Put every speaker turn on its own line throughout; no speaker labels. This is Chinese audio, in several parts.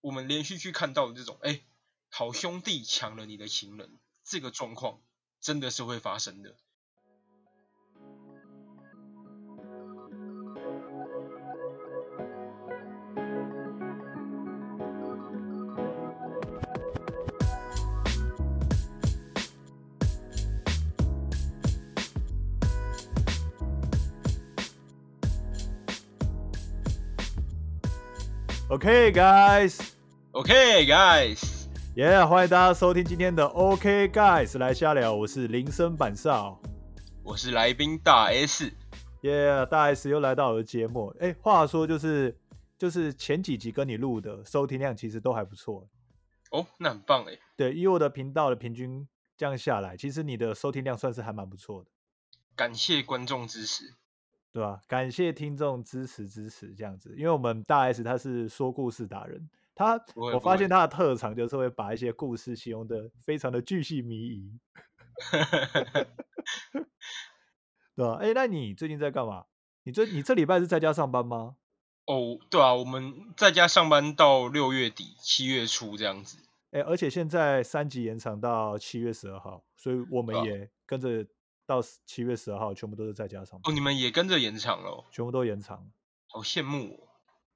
我们连续去看到的这种，哎，好兄弟抢了你的情人，这个状况真的是会发生的。
OK guys，
OK guys，
耶、yeah,，欢迎大家收听今天的 OK guys 来瞎聊，我是林森板少，
我是来宾大 S，
耶、yeah,，大 S 又来到我的节目。哎，话说就是就是前几集跟你录的收听量其实都还不错，
哦，那很棒哎，
对，以我的频道的平均这样下来，其实你的收听量算是还蛮不错的，
感谢观众支持。
对吧、感谢听众支持支持这样子，因为我们大 S 他是说故事达人，他
不会
我
不
发
会
现他的特长就是会把一些故事形容的非常的巨细靡遗，对吧、哎，那你最近在干嘛？你这你这礼拜是在家上班吗？
哦，对啊，我们在家上班到六月底、七月初这样子。
哎，而且现在三级延长到七月十二号，所以我们
对啊
也跟着到七月十二号，全部都是在家上
哦，
班，
你们也跟着延长了哦、
全部都延长了，
好羡慕哦。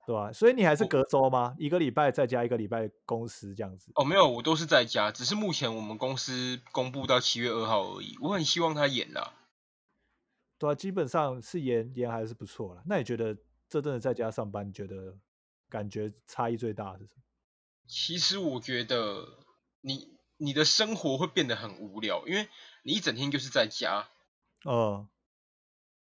对吧、所以你还是
我
隔周吗？一个礼拜在家，一个礼拜公司这样子。
哦，没有，我都是在家，只是目前我们公司公布到七月二号而已。我很希望他演啦。
对啊，基本上是延延还是不错啦。那你觉得这阵子在家上班，你觉得感觉差异最大的是什么？
其实我觉得你你的生活会变得很无聊，因为你一整天就是在家，
嗯，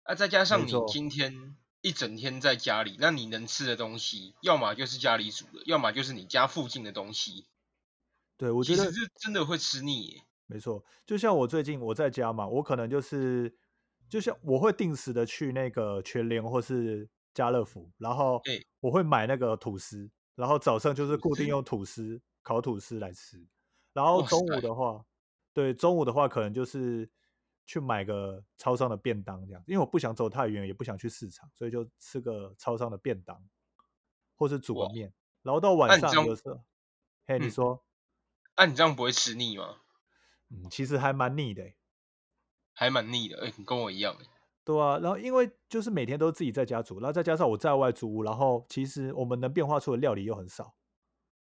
啊，再加上
没
你
错
今天一整天在家里，那你能吃的东西，要么就是家里煮的，要么就是你家附近的东西。
对，我觉
其
得
实这真的会吃腻耶。
没错。就像我最近我在家嘛，我可能就是就像我会定时的去那个全联或是家乐福，然后
对
我会买那个吐司，然后早上就是
吐
固定
司
用吐司烤吐司来吃，然后
哇
中午
塞
的话，对中午的话可能就是去买个超商的便当这样，因为我不想走太远，也不想去市场，所以就吃个超商的便当，或是煮个
哇
面，然后到
那
晚
你
上
这样
有时候，嘿，你
嗯
说，
啊，你这样不会吃腻吗？
嗯，其实还蛮腻的欸、
还蛮腻的，哎、你跟我一样耶，
对啊，然后因为就是每天都自己在家煮，然后再加上我在外租屋，然后其实我们能变化出的料理又很少。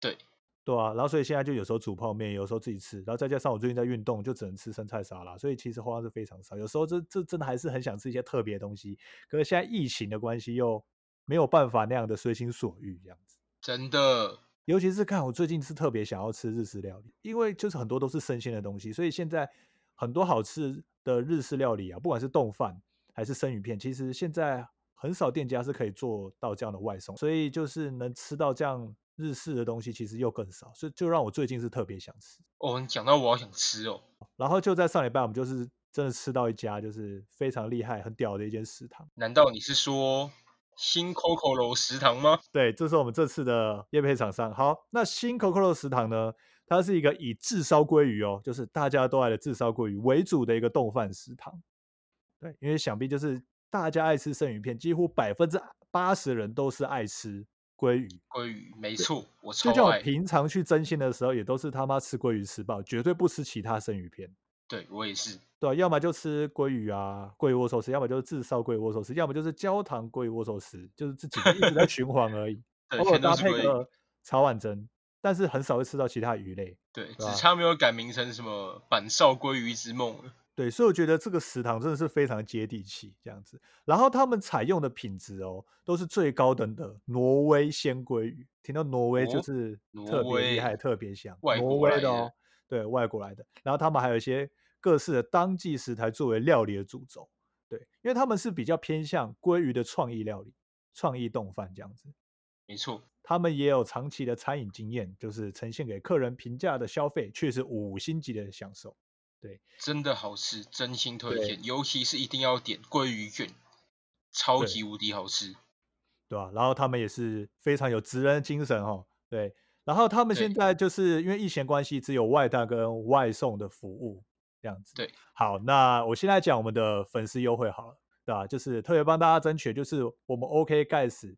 对，
对啊，然后所以现在就有时候煮泡面，有时候自己吃，然后再加上我最近在运动，就只能吃生菜沙拉，所以其实花样是非常少。有时候这这真的还是很想吃一些特别的东西，可是现在疫情的关系又没有办法那样的随心所欲这样子。
真的。
尤其是看我最近是特别想要吃日式料理，因为就是很多都是生鲜的东西，所以现在很多好吃的日式料理啊，不管是冻饭还是生鱼片，其实现在很少店家是可以做到这样的外送，所以就是能吃到这样日式的东西，其实又更少，所以就让我最近是特别想吃。
哦，你讲到我好想吃哦。
然后就在上礼拜，我们就是真的吃到一家就是非常厉害、很屌的一间食堂。
难道你是说新 Coco 楼食堂吗？
对，这是我们这次的夜配厂商。好，那新 Coco 肉食堂呢，它是一个以炙烧鲑鱼哦，就是大家都爱的炙烧鲑鱼为主的一个冻饭食堂。对，因为想必就是大家爱吃生鱼片，几乎百分之八十人都是爱吃鲑鱼。
鲑鱼，没错，我
就像
超
我
爱。
平常去真鲜的时候，也都是他妈吃鲑鱼吃爆，绝对不吃其他生鱼片。
对我也是。
对啊、要么就吃鲑鱼啊，鲑鱼握寿司，要么就是炙烧鲑鱼握寿司，要么就是焦糖鲑鱼握寿司，就是这几个一直在循环而已。
对，
偶尔
全都
搭
是
配
鲑鱼。
个茶碗蒸，但是很少会吃到其他鱼类。
对，
吧
只差没有改名成什么板少鲑鱼之梦了。
对，所以我觉得这个食堂真的是非常接地气这样子。然后他们采用的品质哦，都是最高等的挪威鲜鲑鱼。听到挪威就
哦
是
挪
特别厉
威
害、特别香，
外
挪
国
威
来
的
的
哦，对外国来的。然后他们还有一些各式的当季食材作为料理的主轴，对，因为他们是比较偏向鲑鱼的创意料理、创意冻饭这样子。
没错，
他们也有长期的餐饮经验，就是呈现给客人评价的消费，却是五星级的享受。
真的好吃，真心推
对
荐，尤其是一定要点鲑鱼卷，超
对
级无敌好吃。
对吧、然后他们也是非常有职人精神哦，对。然后他们
对
现在就是因为疫情关系，只有外带跟外送的服务这样子。
对，
好，那我现在讲我们的粉丝优惠好了，对吧、就是特别帮大家争取，就是我们 OK Guys，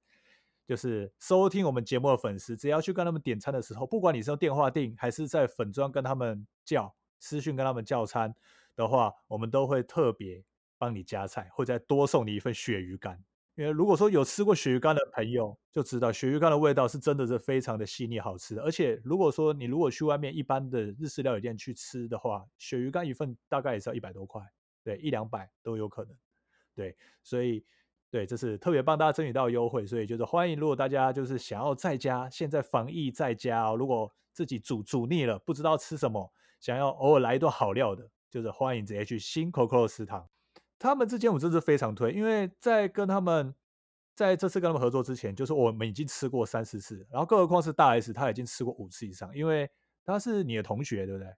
就是收听我们节目的粉丝，只要去跟他们点餐的时候，不管你是用电话订还是在粉砖跟他们叫私讯跟他们叫餐的话，我们都会特别帮你加菜，或者再多送你一份鳕鱼干。因为如果说有吃过鳕鱼干的朋友就知道，鳕鱼干的味道是真的是非常的细腻好吃的。而且如果说你如果去外面一般的日式料理店去吃的话，鳕鱼干一份大概也是要一百多块，对，一两百都有可能。对，所以对，这是特别帮大家争取到优惠，所以就是欢迎，如果大家就是想要在家，现在防疫在家哦，如果自己煮煮腻了，不知道吃什么，想要偶尔来一顿好料的，就是欢迎直接去新 Coco 食堂。他们之间我真是非常推，因为在跟他们在这次跟他们合作之前，就是我们已经吃过三四次，然后更何况是大 S，他已经吃过五次以上，因为他是你的同学，对不对？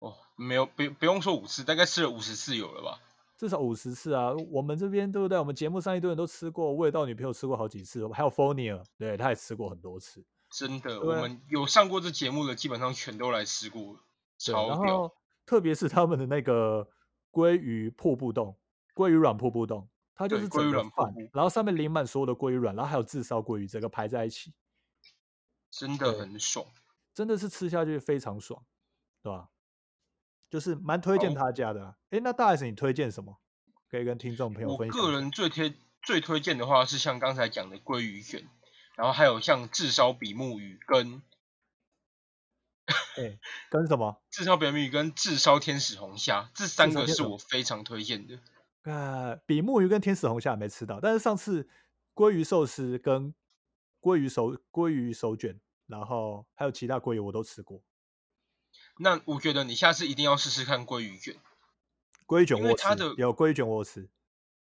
哦，没有，不不用说五次，大概吃了五十次有了吧？
至少五十次啊！我们这边对不对？我们节目上一堆人都吃过，我也到女朋友吃过好几次，还有 f o n i e r 对，他也吃过很多次。
真的，
对啊
我们有上过这节目的，基本上全都来吃过，
对，
超
然
屌。
后特别是他们的那个鲑鱼瀑布冻、鲑鱼软瀑布冻，它就
对
是
鲑
整
鱼
个
软瀑
饭
布，
然后上面淋满所有的鲑鱼软，然后还有炙烧鲑鱼，整个排在一起，
真的
对
很爽。
真的是吃下去非常爽，对吧？就是蛮推荐
好
他家的、啊。诶，那大 S 你推荐什么？可以跟听众朋友
我
分享一
个
下。
人最推最推荐的话是像刚才讲的鲑鱼卷，然后还有像炙烧比目鱼跟
诶，跟什么？
炙烧比目鱼跟炙烧天使红虾，这三
烧
个
天
是
使
我非常推荐的。
呃，比目鱼跟天使红虾还没吃到，但是上次鲑鱼寿司跟鲑鱼手鲑鱼手卷，然后还有其他鲑鱼我都吃过，
那我觉得你下次一定要试试看鲑鱼卷，
鲑鱼卷
因
我
为
有
它
吃
的
有鲑鱼卷我有吃，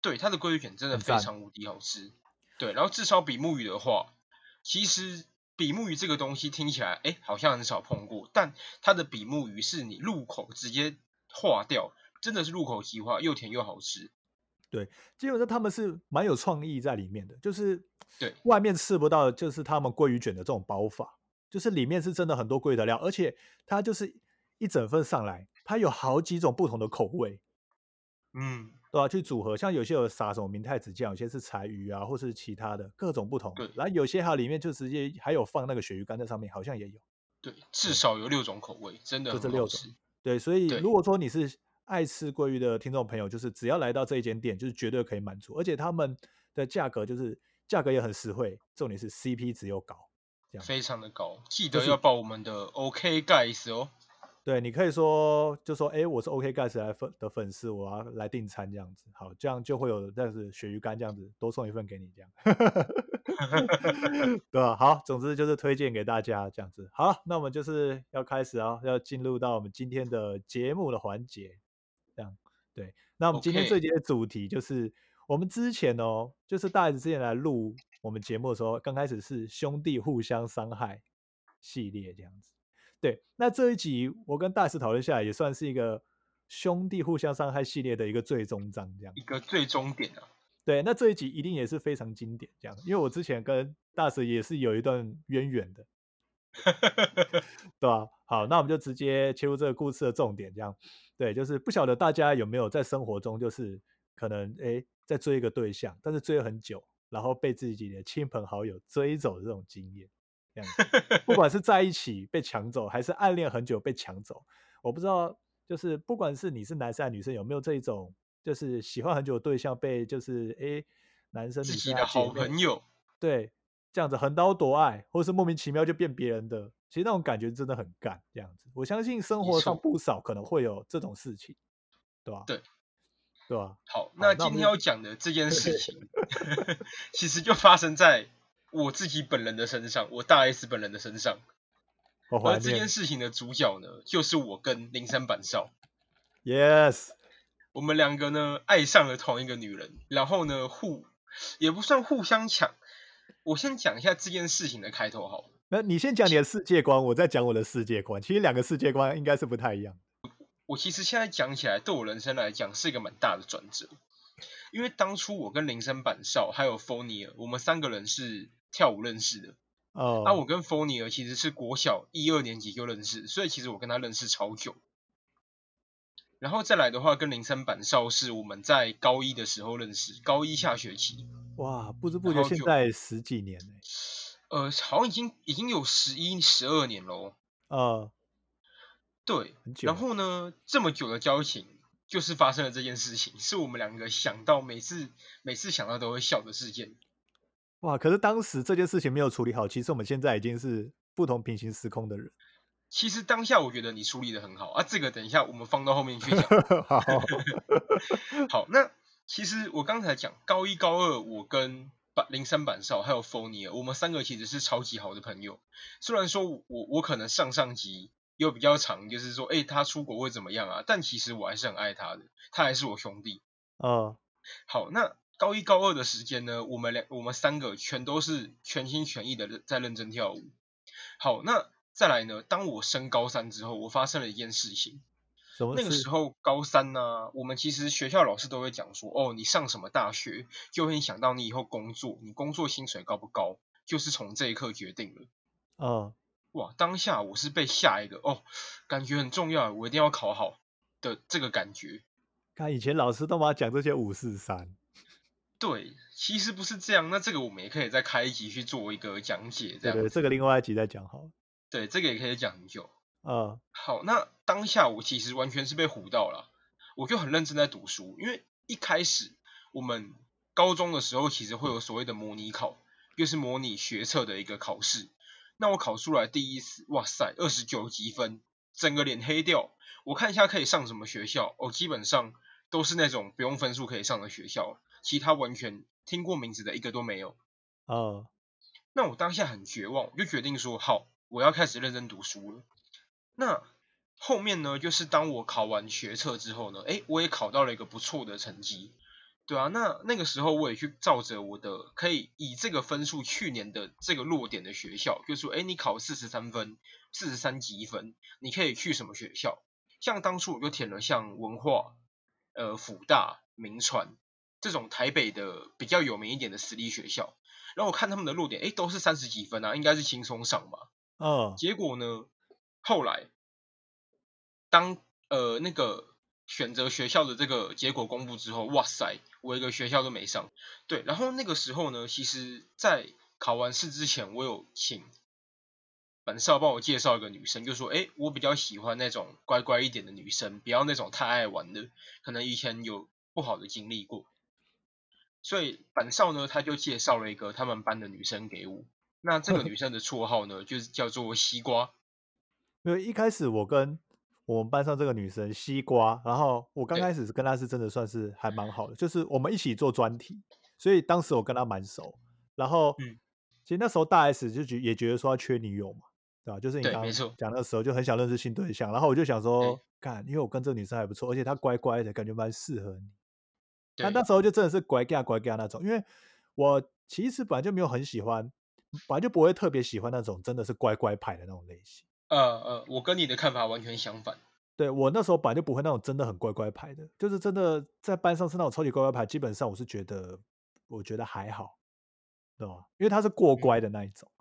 对它的鲑鱼卷真的
很
非
赞
常无敌好吃。对，然后炙烧比目鱼的话，其实比目鱼这个东西听起来哎好像很少碰过，但它的比目鱼是你入口直接化掉，真的是入口即化，又甜又好吃。
基本上他们是蛮有创意在里面的，就是
对
外面吃不到，就是他们鲑鱼卷的这种包法，就是里面是真的很多鲑鱼的料，而且它就是一整份上来，它有好几种不同的口味，
嗯，
对吧、去组合，像有些有撒什么明太子酱，有些是柴鱼啊，或是其他的各种不同
对
的。然后有些还有里面就直接还有放那个鳕鱼干在上面，好像也有。
对，至少有六种口味，真的
就这
很
六
好
种
吃。
对，所以
对
如果说你是爱吃鲑鱼的听众朋友，就是只要来到这一间店，就是绝对可以满足，而且他们的价格就是价格也很实惠，重点是 CP 值又高。这样子
非常的高，记
就
得
是
要报我们的 OK Guys 哦。
对你可以说就说，哎，我是 OK Guys 来粉的粉丝，我要来订餐这样子，好，这样就会有但是鳕鱼干这样子，多送一份给你这样， 对吧、好，总之就是推荐给大家这样子。好，那我们就是要开始啊，要进入到我们今天的节目的环节，这样对。那我们今天这
OK
节的主题就是我们之前哦，就是大 S 之前来录我们节目的时候，刚开始是兄弟互相伤害系列这样子。对，那这一集我跟大师讨论下来，也算是一个兄弟互相伤害系列的一个最终章，这样
一。个最终点啊，
对，那这一集一定也是非常经典，这样，因为我之前跟大师也是有一段渊源的，对吧、好，那我们就直接切入这个故事的重点，这样。对，就是不晓得大家有没有在生活中，就是可能诶在追一个对象，但是追了很久，然后被自己的亲朋好友追走的这种经验，这样子。不管是在一起被抢走，还是暗恋很久被抢走，我不知道，就是不管是你是男生还是女生，有没有这一种，就是喜欢很久的对象被就是诶男生
自
女
己
生
的
啊姐
好
妹
朋友，
对这样子横刀夺爱，或是莫名其妙就变别人的，其实那种感觉真的很干。这样子，我相信生
没
活上
错
不少可能会有这种事情，对吧、
对，
对吧、
好，那
那我
今
们
天
就
要讲的这件事情， 其实就发生在我自己本人的身上，我大 S 本人的身上。
我怀
而这
念
件事情的主角呢，就是我跟林森板少，
，yes，
我们两个呢爱上了同一个女人，然后呢互也不算互相抢。我先讲一下这件事情的开头好了
那你先讲你的世界观，我再讲我的世界观。其实两个世界观应该是不太一样。
我其实现在讲起来，对我人生来讲是一个蛮大的转折，因为当初我跟林森板少还有 f o n i e r 我们三个人是跳舞认识的。
哦、
那、我跟 f o n i e r 其实是国小一二年级就认识，所以其实我跟他认识超久。然后再来的话，跟林森板少是我们在高一的时候认识，高一下学期。嗯
哇，不知不觉
然后
现
就
在十几年了欸、
呃，好像已经已经有十一、十二年喽。
呃，
对，
很久
然
了。
后呢，这么久的交情，就是发生了这件事情，是我们两个想到每次每次想到都会笑的事件。
哇，可是当时这件事情没有处理好，其实我们现在已经是不同平行时空的人。
其实当下我觉得你处理的很好啊，这个等一下我们放到后面去讲。
好，
好，那其实我刚才讲高一、高二，我跟板零三板少还有 f o n i 我们三个其实是超级好的朋友。虽然说我我可能上上集有比较长，就是说，哎、他出国会怎么样啊？但其实我还是很爱他的，他还是我兄弟。
呃，
好，那高一、高二的时间呢，我们两我们三个全都是全心全意的在认真跳舞。好，那再来呢，当我升高三之后，我发生了一件事情。
什么
那个
是
时候高三呢、我们其实学校老师都会讲说，哦，你上什么大学，就会影响到你以后工作，你工作薪水高不高，就是从这一刻决定了。
呃，
哇，当下我是被下一个哦，感觉很重要，我一定要考好的这个感觉。
看以前老师都嘛讲这些五四三，
对，其实不是这样，那这个我们也可以再开一集去做一个讲解，这
对
样
对，
子
这个另外一集再讲好了。
对，这个也可以讲很久。
呃，
好，那当下我其实完全是被唬到了，我就很认真在读书，因为一开始我们高中的时候其实会有所谓的模拟考，就是模拟学测的一个考试。那我考出来第一次，哇塞，二十九积分，整个脸黑掉。我看一下可以上什么学校，哦，基本上都是那种不用分数可以上的学校，其他完全听过名字的一个都没有。
呃，
那我当下很绝望，我就决定说好，我要开始认真读书了。那后面呢，就是当我考完学测之后呢，诶，我也考到了一个不错的成绩，对啊，那那个时候我也去照着我的可以以这个分数去年的这个落点的学校，就说，诶，你考四十三分，四十三积分，你可以去什么学校？像当初我就填了像文化、呃辅大、名传这种台北的比较有名一点的私立学校。然后我看他们的落点，诶，都是三十几分啊，应该是轻松上吧。
呃，
结果呢，后来当呃那个选择学校的这个结果公布之后，哇塞，我一个学校都没上。对，然后那个时候呢，其实，在考完试之前，我有请本少帮我介绍一个女生，就说，诶，我比较喜欢那种乖乖一点的女生，不要那种太爱玩的，可能以前有不好的经历过。所以板少呢，他就介绍了一个他们班的女生给我。那这 个女生的绰号呢，就是叫做西瓜。
因为一开始我跟我们班上这个女生西瓜，然后我刚
对
开始是跟她是真的算是还蛮好的，就是我们一起做专题，所以当时我跟她蛮熟。然后，
嗯
其实那时候大 S 就觉也觉得说她缺女友嘛，对吧？就是你
对
刚刚
没错
讲那时候就很想认识新对象，然后我就想说，干，因为我跟这个女生还不错，而且她乖乖的，感觉蛮适合你。
对
啊那，那时候就真的是拐架拐架那种，因为我其实本来就没有很喜欢，本来就不会特别喜欢那种真的是乖乖牌的那种类型。
呃呃，我跟你的看法完全相反。
对我那时候本来就不会那种真的很乖乖牌的，就是真的在班上是那种超级乖乖牌，基本上我是觉得我觉得还好，对吧？因为他是过
嗯
乖的那一种。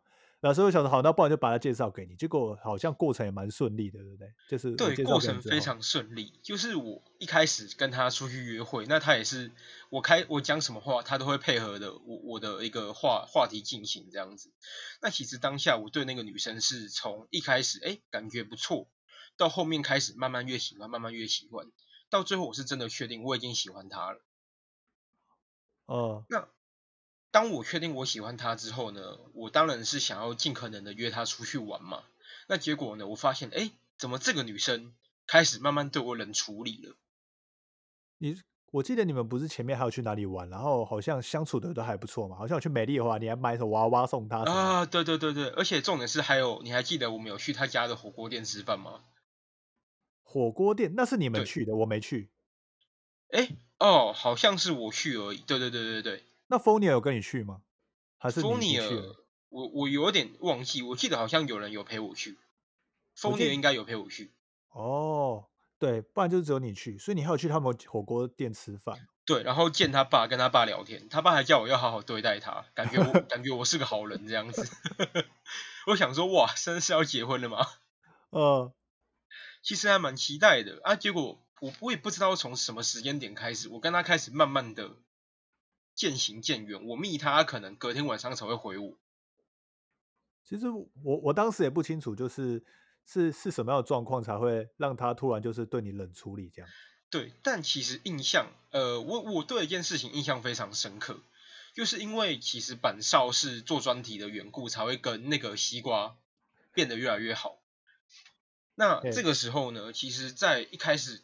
然后所以我想说，好，那不然就把他介绍给你。结果好像过程也蛮顺利的，对不对？就是我
对，
介绍
过
给你
程
之
非
后
常顺利。就是我一开始跟他出去约会，那他也是我开我讲什么话，他都会配合的我我的一个话话题进行这样子。那其实当下我对那个女生是从一开始哎、诶感觉不错，到后面开始慢慢越喜欢，慢慢越喜欢，到最后我是真的确定我已经喜欢她了。
呃，
那当我确定我喜欢他之后呢，我当然是想要尽可能的约他出去玩嘛。那结果呢，我发现，哎，怎么这个女生开始慢慢对我冷处理了？
你我记得你们不是前面还有去哪里玩，然后好像相处的都还不错嘛，好像有去美丽华，你还买什么娃娃送她什么的？
啊，对对对对，而且重点是还有，你还记得我们有去他家的火锅店吃饭吗？
火锅店那是你们
对
去的，我没去。
哎，哦，好像是我去而已。对对对对对
那 f o n i 有跟你去吗？还是
，f
你
o n i
不去
e
了？
我我有点忘记，我记得好像有人有陪我去 f
我
o n
记
i
得
e 应该有陪我去。
哦，对，不然就只有你去，所以你还有去他们火锅店吃饭。
对，然后见他爸，跟他爸聊天，他爸还叫我要好好对待他，感觉我感觉我是个好人这样子。 我想说，哇，真的是要结婚了吗？
呃，
其实还蛮期待的啊。结果我我也不知道从什么时间点开始，我跟他开始慢慢的渐行渐远。我密他，他可能隔天晚上才会回我。
其实我我当时也不清楚，就是是是什么样的状况才会让他突然就是对你冷处理这样。
对，但其实印象，呃，我我对一件事情印象非常深刻，就是因为其实板少是做专题的缘故，才会跟那个西瓜变得越来越好。那
对
这个时候呢，其实，在一开始，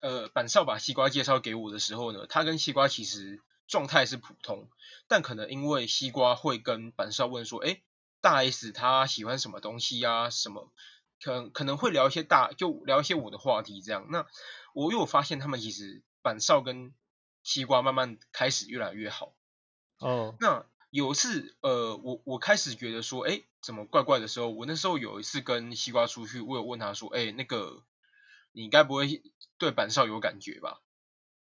呃，板少把西瓜介绍给我的时候呢，他跟西瓜其实状态是普通，但可能因为西瓜会跟板少问说，诶，大 S 他喜欢什么东西啊，什么，可可能会聊一些大，就聊一些我的话题这样。那我因为我发现他们其实板少跟西瓜慢慢开始越来越好。
哦，
那有一次，呃，我我开始觉得说，哎，怎么怪怪的时候，我那时候有一次跟西瓜出去，我有问他说，哎，那个你该不会对板少有感觉吧？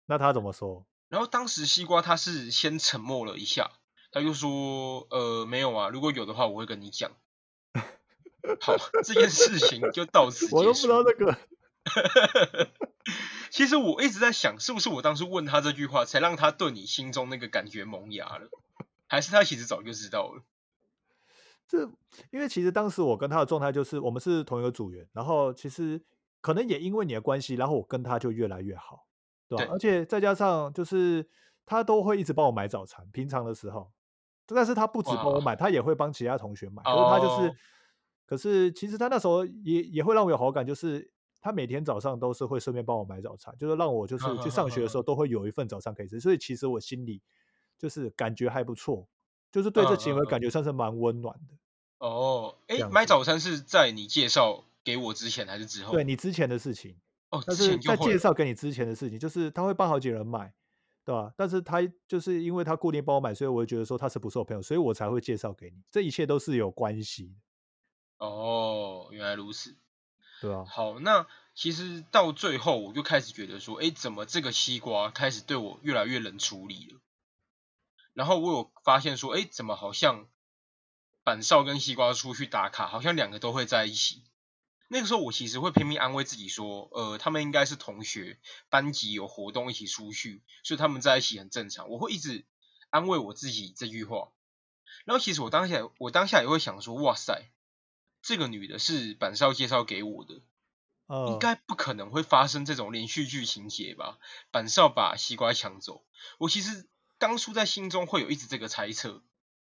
那他怎么说？
然后当时西瓜他是先沉默了一下，他就说，呃，没有啊，如果有的话，我会跟你讲。 好，这件事情就到此结束。
我都不知道这个。
其实我一直在想，是不是我当初问他这句话，才让他对你心中那个感觉萌芽了，还是他其实早就知道了？
这因为其实当时我跟他的状态就是我们是同一个组员，然后其实可能也因为你的关系，然后我跟他就越来越好，对吧？
对
而且再加上就是他都会一直帮我买早餐，平常的时候，但是他不止帮我
哇
买，他也会帮其他同学买。可是他就是，
哦
可是其实他那时候也也会让我有好感，就是。他每天早上都是会顺便帮我买早餐，就是让我
嗯
就是去上学的时候都会有一份早餐可以吃，所以其实我心里就是感觉还不错，就是对这
嗯
行
嗯
为
嗯
感觉算是蛮温暖的。
哦，
这
哎，
样
买
子
早餐是在你介绍给我之前还是之后？
对你之前的事情，
哦，
但
之
是
前就
在
会
介
了。
绍给你之前的事情，就是他会帮好几个人买，对吧？但是他就是因为他固定帮我买，所以我就觉得说他是不错的朋友，所以我才会介绍给你。这一切都是有关系的，
哦，原来如此。
对啊吧？
好，那其实到最后我就开始觉得说，哎，怎么这个西瓜开始对我越来越冷处理了？然后我有发现说，哎，怎么好像板少跟西瓜出去打卡，好像两个都会在一起。那个时候我其实会拼命安慰自己说，呃，他们应该是同学，班级有活动一起出去，所以他们在一起很正常。我会一直安慰我自己这句话。然后其实我当下我当下也会想说，哇塞，这个女的是板少介绍给我的，应
呃，
该不可能会发生这种连续剧情节吧？板少把西瓜抢走，我其实当初在心中会有一直这个猜测，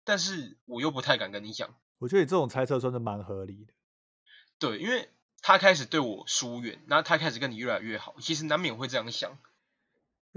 但是我又不太敢跟你讲，
我觉得你这种猜测算是蛮合理的。
对，因为他开始对我疏远，然后他开始跟你越来越好，其实难免会这样想。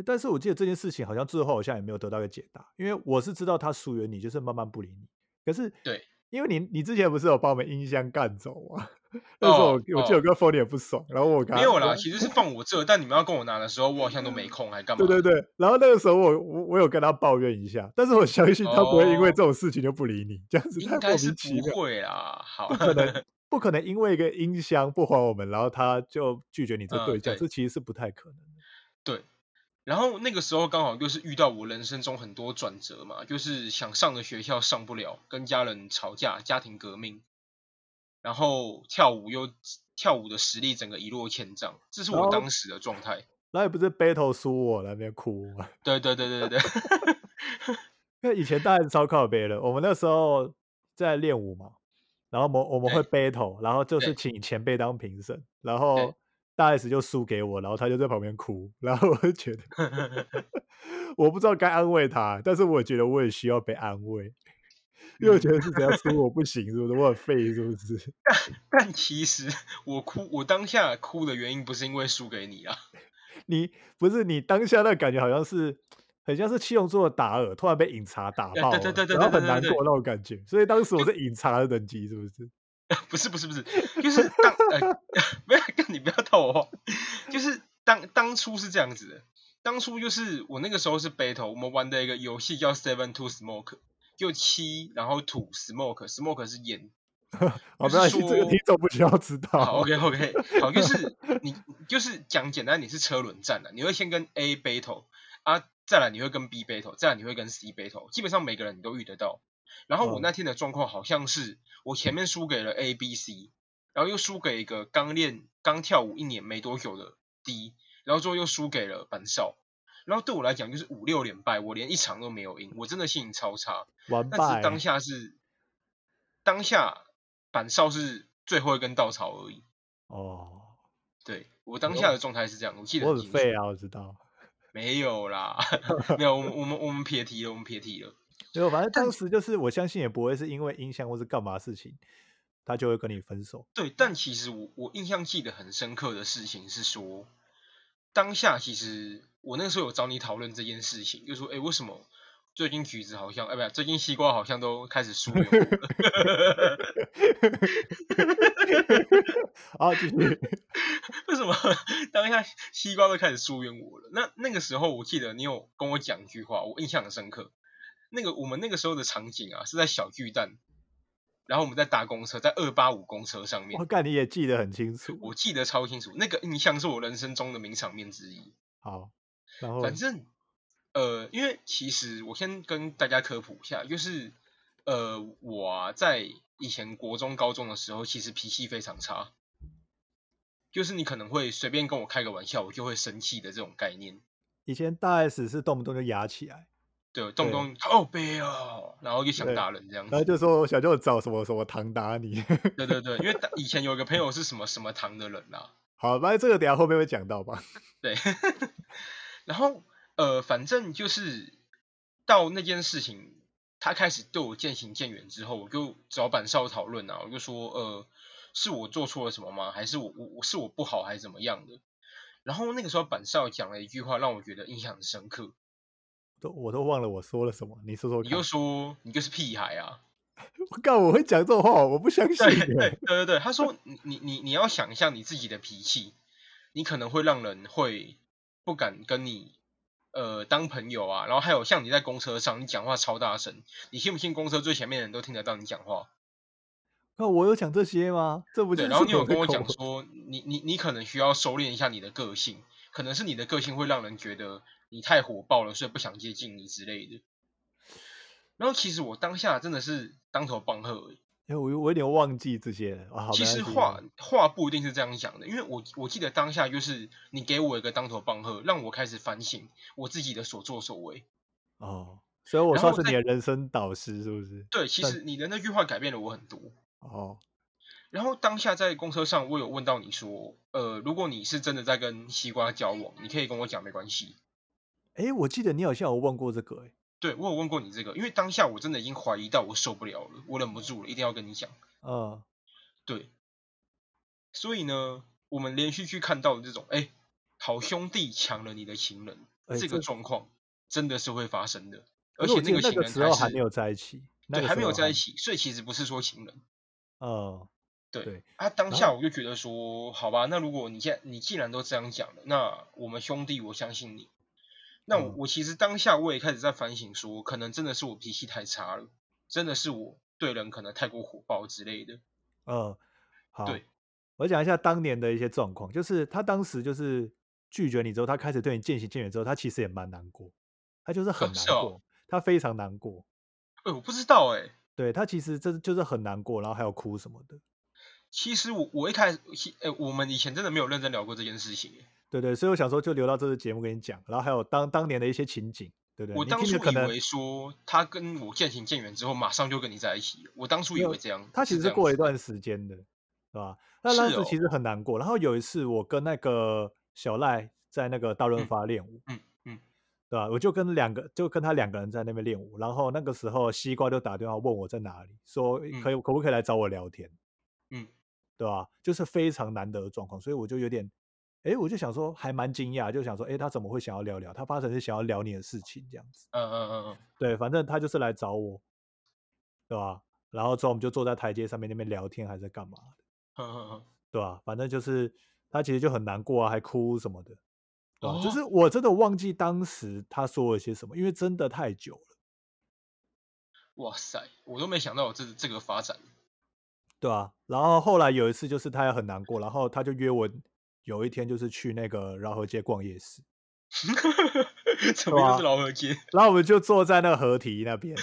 但是我记得这件事情好像最后好像也没有得到一个解答，因为我是知道他疏远你，就是慢慢不理你。可是
对，
因为你你之前不是有把我们音箱干走吗？ 那时候我、
哦
我记得
哦
我跟 f o n 也不爽，然后我跟他
没有
我
啦，其实是放我这，但你们要跟我拿的时候，我好像都没空，还干嘛？
对对对，然后那个时候我我我有跟他抱怨一下，但是我相信他不会因为
哦
这种事情就不理你，这样子
应
太莫
该
名
是
其
不
妙，
会啦。好
不，可能不可能因为一个音箱不还我们，然后他就拒绝你这
嗯
对象，
对
这其实是不太可能的。
对，然后那个时候刚好又是遇到我人生中很多转折嘛，就是想上的学校上不了，跟家人吵架，家庭革命，然后跳舞又跳舞的实力整个一落千丈，这是
然
我
后
当时的状态。
然后也不是 battle 输我那边哭嘛，
对对对对对 对，
因为以前大家超靠背的，我们那时候在练舞嘛，然后我们我们会 battle，然后就是
对
请前辈当评审，然后大 S 就输给我，然后他就在旁边哭，然后我就觉 得我不知道该安慰他，但是我觉得我也需要被安慰，因为我
嗯
觉得是谁要输我不行，是不是？我很废，是不是？
但其实我哭，我当下哭的原因不是因为输给你啊啦，
你不是你当下那感觉好像是。很像是七龙珠的达尔突然被饮茶打
对
爆
对
了
对对，对
然后
对
很
对
难
对
过那种感觉，所以当时我是饮茶的等级，是不是？
不是不是不是，就是当呃， 不要跟你不要套我话，就是当当初是这样子的，当初就是我那个时候是 battle，我们玩的一个游戏叫 Seven to Smoke，就七然后吐 Smoke，Smoke 是烟。
好，
就
没关
是
系， 这个
说
听哦众不需要知道。
好，OK OK，好，就是你就是讲简单，你是车轮战的，啊你会先跟 A battle 啊，再来你会跟 B battle，再来你会跟 C battle，基本上每个人你都遇得到。然后我
嗯
那天的状况好像是我前面输给了 A、B、C，然后又输给一个刚练刚跳舞一年没多久的 D，然后最后又输给了板少。然后对我来讲就是五六连败，我连一场都没有赢，我真的心情超差。
完
但
败
是当下是当下板少是最后一根稻草而已。
哦，
对我当下的状态是这样，我记得
我
很
很
清楚。
废啊，我知道。
没有啦， 没有，我们我们我们撇题了，我们撇题了。
没有，反正当时就是我相信也不会是因为音箱或是干嘛事情，他就会跟你分手。
对，但其实我我印象记得很深刻的事情是说，当下其实我那时候有找你讨论这件事情，就说，哎，为什么最近橘子好像，哎，不，最近西瓜好像都开始输给我了。
好， 继续。
为什么 当下西瓜都开始疏远我了？那那个时候我记得你有跟我讲一句话，我印象很深刻。那个我们那个时候的场景啊，是在小巨蛋，然后我们在搭公车，在二八五公车上面
我，看你也记得很清楚。
我记得超清楚。那个印象是我人生中的名场面之一。
好，然后
反正呃，因为其实我先跟大家科普一下，就是呃，我、啊、在以前国中、高中的时候，其实脾气非常差，就是你可能会随便跟我开个玩笑，我就会生气的这种概念。
以前大 S 是动不动就压起来，
对，动不
对
动靠背哦，然后就想
对
打人这样
然后
子。
就说小舅找什么什么糖打你。
对对对，因为当以前有一个朋友是什么什么堂的人啦、啊
好，反正这个等一下后面会讲到吧。
对， 然后呃，反正就是到那件事情，他开始对我渐行渐远之后，我就找板少讨论啊，我就说呃，是我做错了什么吗？还是我我我是我不好还是怎么样的？然后那个时候板少讲了一句话，让我觉得印象很深刻，
都我都忘了我说了什么，你说说
你
看
就。说你就是屁孩啊！
我靠，我会讲这种话，我不相信
对
欸。
对对对对，他说你你你你要想一下你自己的脾气，你可能会让人会不敢跟你呃当朋友啊。然后还有像你在公车上，你讲话超大声，你信不信公车最前面的人都听得到你讲话？
那我有讲这些吗？这不就
对，
是啊
然后你有跟
我
我
的口
讲
吻
说，你你你可能需要收敛一下你的个性，可能是你的个性会让人觉得你太火爆了，所以不想接近你之类的。然后其实我当下真的是当头棒喝、欸，
哎、我有我有点忘记这些了啊。好
其
没
实
关系
话话不一定是这样讲的，因为我我记得当下就是你给我一个当头棒喝，让我开始反省我自己的所作所为。
哦，所以我
然
算
后
是你
再
的人生导师，是不是？
对，其
但
实你的那句话改变了我很多。
哦，
然后当下在公车上，我有问到你说，呃，如果你是真的在跟西瓜交往，你可以跟我讲，没关系。
哎、我记得你好像有问过这个、诶
对我有问过你这个，因为当下我真的已经怀疑到我受不了了，我忍不住了，一定要跟你讲。
嗯，
对，所以呢，我们连续去看到的这种，哎，好兄弟抢了你的情人，
哎
这个
这
状况真的是会发生的，
可
而
是
且
我记得那
情
个
人
时候
还
还
是
没有在一起，那
对
个
还
时
没有
候
在一。起，所以其实不是说情人。
嗯，
对
对
啊，当
然
下我就觉得说，好吧，那如果你既然你既然都这样讲了，那我们兄弟，我相信你。那我,、
嗯
我其实当下我也开始在反省说，可能真的是我脾气太差了，真的是我对人可能太过火爆之类的。
嗯，好
对，
我讲一下当年的一些状况，就是他当时就是拒绝你之后，他开始对你渐行渐远之后，他其实也蛮难过，他就是很难
是哦
过，他非常难过，
哎，我不知道哎、
对他其实这就是很难过，然后还有哭什么的，
其实我我一开始，其哎，我们以前真的没有认真聊过这件事情欸。
对对，所以我想说就留到这次节目跟你讲，然后还有当当年的一些情景，对不对？
我
你
当初
听着可
以
能
为说他跟我渐行渐远之后，马上就跟你在一起了。我当初
没
以
有
为这样，
他其
是这
实是
样
过了
子
一段时间的，是吧？那当
是
时
哦
其实很难过。然后有一次，我跟那个小赖在那个大润
嗯
发练舞，
嗯嗯，
对吧？我就跟两个，就跟他两个人在那边练舞。然后那个时候，西瓜就打电话问我在哪里，说
嗯
可以、可不可以来找我聊天，
嗯，
对吧？就是非常难得的状况，所以我就有点，哎，我就想说还蛮惊讶，就想说，哎，他怎么会想要聊聊？他八成是想要聊你的事情这样子。
嗯嗯嗯嗯，
对，反正他就是来找我，对吧？然后之后我们就坐在台阶上面那边聊天，还是干嘛？
嗯嗯嗯，
对吧、反正就是他其实就很难过啊，还哭什么的，对吧、就
哦
是我真的忘记当时他说了些什么，因为真的太久了，
哇塞，我都没想到有这这个发 展。
对吧、然后后来有一次就是他也很难过，然后他就约我有一天就是去那个饶河街逛夜市，
怎么又
对啊
是老河街？
然后我们就坐在那个河堤那 边，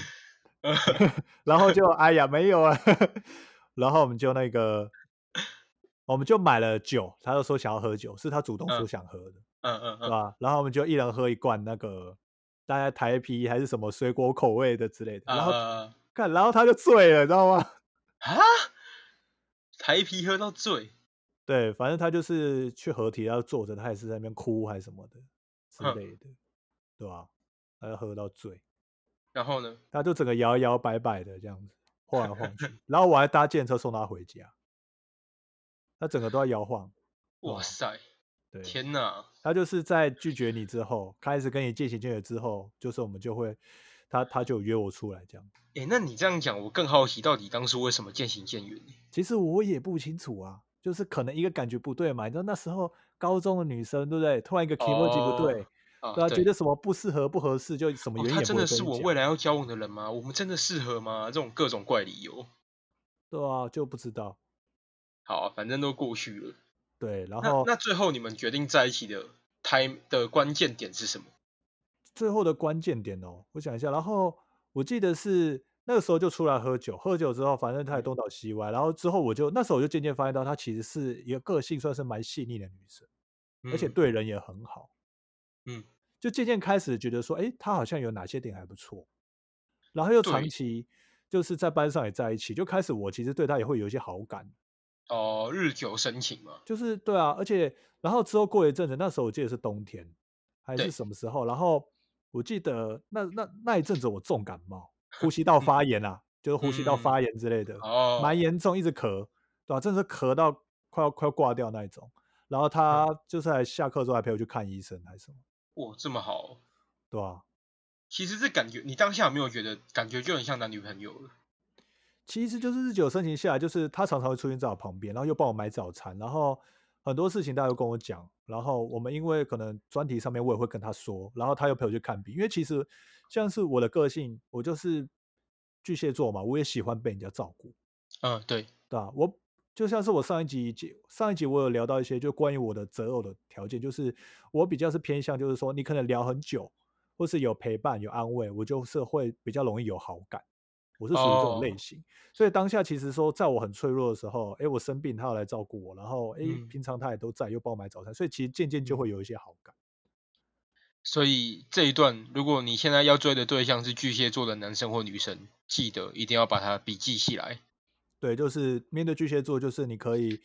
然后就哎呀没有啊， 然后我们就那个。我们就买了酒，他就说想要喝酒，是他主动说
嗯
想喝的，
嗯嗯嗯
对
嗯，
吧？然后我们就一人喝一罐那个大概台啤还是什么水果口味的之类的，然后
啊
看，然后他就醉了，你知道吗？
啊，台啤喝到醉，
对，反正他就是去合体，然后坐着，他也是在那边哭还是什么的之
哼
类的，对吧？他就喝到醉，
然后呢？
他就整个摇摇摆摆的这样子晃来晃 去，然后我还搭电车送他回家，他整个都在摇晃，哇
哇塞，
对，
天哪！
他就是在拒绝你之后，开始跟你渐行渐远之后，就是我们就会，他他就约我出来这样。
哎、那你这样讲，我更好奇到底当初为什么渐行渐远呢？
其实我也不清楚啊，就是可能一个感觉不对嘛，你知道那时候高中的女生对不对？突然一个 k m o j i 不
哦
对，
啊，
对啊，觉得什么不适合不合适，就什
哦
么原因
他
也
真
不会
的
跟
是
你
我
讲，
未来要交往的人吗？我们真的适合吗？这种各种怪理由。
对啊，就不知道。
好、啊反正都过去了。
对，然
那
后
那最后你们决定在一起的 time 的关键点是什么？
最后的关键点哦，我想一下，然后我记得是那个时候就出来喝酒，喝酒之后，反正他也
嗯
东倒西歪，然后之后我就那时候我就渐渐发现到她其实是一个个性算是蛮细腻的女生，而且
嗯
对人也很好，
嗯，
就渐渐开始觉得说，哎，她好像有哪些点还不错，然后又长
对
期就是在班上也在一起，就开始我其实对她也会有一些好感，
哦、日久生情嘛。
就是对啊，而且然后之后过了一阵子，那时候我记得是冬天还是
对
什么时候，然后我记得那那那一阵子我重感冒，呼吸道
嗯
发炎啊，就是呼吸道
嗯
发炎之类的，
哦，
蛮严重，一直咳，对啊吧、真的是咳到快要快要挂掉那一种。
嗯
然后他就是还下课之后还陪我去看医生还是什么，
哇，这么好哦。
对啊吧、
其实这感觉，你当下有没有觉得感觉就很像男女朋友了？
其实就是日久生情下来，就是他常常会出现在我旁边，然后又帮我买早餐，然后很多事情他又跟我讲，然后我们因为可能专题上面我也会跟他说，然后他又陪我去看病，因为其实像是我的个性，我就是巨蟹座嘛，我也喜欢被人家照顾，
嗯，对，
对吧？我就像是我上一集节上一集我有聊到一些就关于我的择偶的条件，就是我比较是偏向就是说你可能聊很久，或是有陪伴有安慰，我就是会比较容易有好感，我是属于这种类
哦
型。所以当下其实说在我很脆弱的时候，诶，我生病他要来照顾我，然后诶，
嗯
平常他也都在，又帮我买早餐，所以其实渐渐就
嗯
会有一些好感。
所以这一段，如果你现在要追的对象是巨蟹座的男生或女生，记得一定要把它笔记起来。
对，就是面对巨蟹座，就是你可以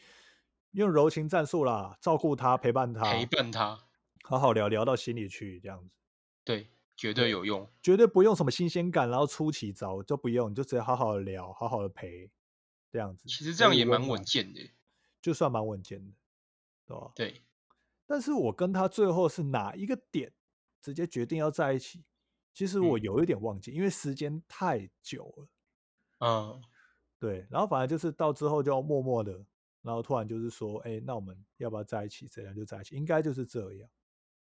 用柔情战术啦，照顾他，陪伴
陪
他，
伴他，
好好聊聊到心里去，这样子。
对，绝
对
对有用。
绝对不用什么新鲜感，然后出奇招都不用，你就直接好好的聊，好好的陪，这样子
其实这
给
样
予
也
温
蛮稳
暖，
健的，
就算蛮稳健的，对吧？
对，
但是我跟他最后是哪一个点直接决定要在一起，其实我
嗯
有一点忘记，因为时间太久了，
嗯，
对。然后反正就是到之后就默默的，然后突然就是说，哎，那我们要不要在一起？这样就在一起，应该就是这样。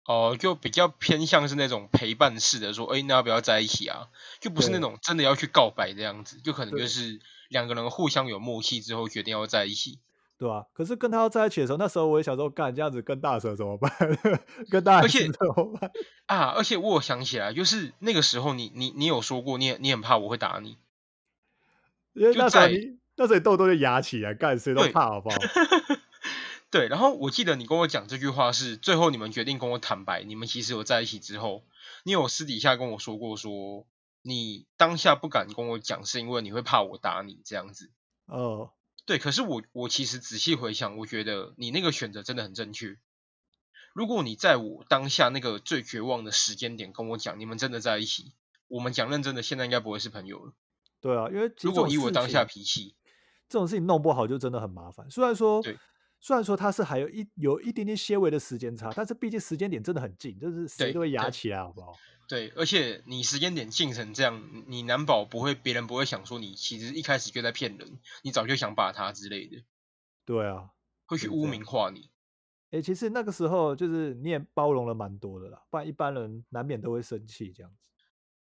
哦，就比较偏向是那种陪伴式的，说，哎，那要不要在一起啊？就不是那
对
种真的要去告白这样子，就可能就
对，
是两个人互相有默契之后决定要在一起。
对吧、可是跟他要在一起的时候，那时候我也想说，干这样子跟大蛇怎么办？ 跟大
而
S
且
怎么办？
啊，而且我有想起来，就是那个时候你你你有说过，你也你很怕我会打你，
因为
就
那时候
在
你那时候你痘痘就压起来，干谁都
对
怕，好 不好？
对。然后我记得你跟我讲这句话是最后你们决定跟我坦白，你们其实有在一起之后，你有私底下跟我说过说，你当下不敢跟我讲，是因为你会怕我打你这样子。
呃，
对，可是我我其实仔细回想，我觉得你那个选择真的很正确。如果你在我当下那个最绝望的时间点跟我讲，你们真的在一起，我们讲认真的，现在应该不会是朋友了。
对啊，因为其实
如
这
果
种
以我
事
当下
情，
脾气，
这种事情弄不好就真的很麻烦。虽然说，
对
虽然说他是还有一有一点点些微的时间差，但是毕竟时间点真的很近，就是谁
对
都会压
对
起来，好不好？
对，而且你时间点近成这样，你你难保不会别人不会想说你其实一开始就在骗人，你早就想把他之类的，
对啊，
会
就
去
是这
污
样。
名化你。
诶，其实那个时候就是你也包容了蛮多的啦，不然一般人难免都会生气这样子。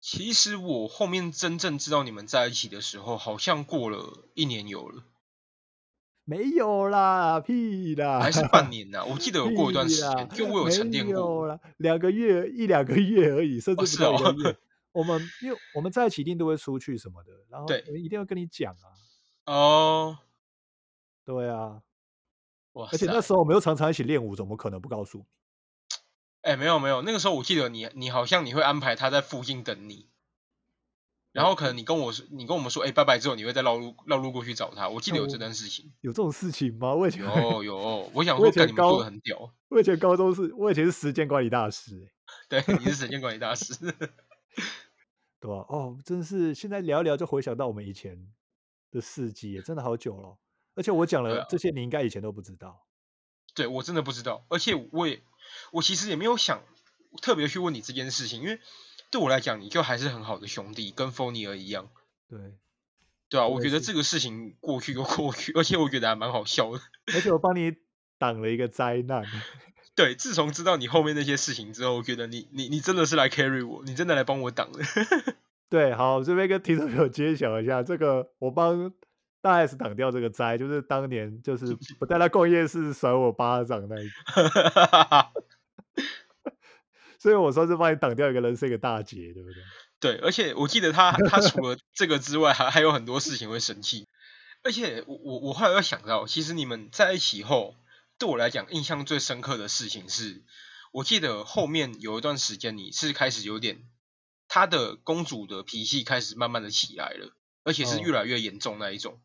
其实我后面真正知道你们在一起的时候，好像过了一年有了。
没有啦，屁 啦，
还是半年呐、我记得有过一段
屁
时
啦，
间，就我有
没
沉淀
有
过。
啦，两个月一两个月而已，甚
哦，
至不
是
到
哦，
一 个月。我们因为我们在一起一定都会出去什么的，然后
对，
我一定要跟你讲啊，
哦，
对啊，
哇
而且那
塞，啊
时候我们又常常一起练舞，怎么可能不告诉你？
哎，没有没有，那个时候我记得你，你好像你会安排他在附近等你，然后可能你跟我说，你跟我们说，哎，拜拜之后，你会再绕路绕路过去找他。我记得有这件事 情，
有这种事情吗？我以前
有有，我想
我
说，
以前
看你们做
高
的很屌，
我以前高中是，我以前是时间管理大师、欸，
对，你是神仙管理大师，
对吧？哦，真的是现在聊一聊就回想到我们以前的事迹耶，真的好久了。而且我讲
对
了
啊
这些，你应该以前都不知道。
对我真的不知道，而且我也我其实也没有想特别去问你这件事情，因为对我来讲，你就还是很好的兄弟，跟 f o n i 一样，
对，
对啊，
我
我
也
觉得
是
这个事情过去就过去， 而且我觉得还蛮好笑的。
而且我帮你挡了一个灾难。
对，自从知道你后面那些事情之后，我觉得你你你真的是来 carry 我，你真的来帮我挡的。
对，好，这边跟听众朋友揭晓一下，这个我帮大 S 挡掉这个灾，就是当年就是不 带他逛夜市甩我巴掌那一个，所以我算是帮你挡掉一个人是一个大姐，对不对？
对，而且我记得他他除了这个之外，还还有很多事情会生气。而且我我我后来又想到，其实你们在一起后，对我来讲印象最深刻的事情是，我记得后面有一段时间你是开始有点他的公主的脾气开始慢慢的起来了，而且是
哦
越来越严重那一种。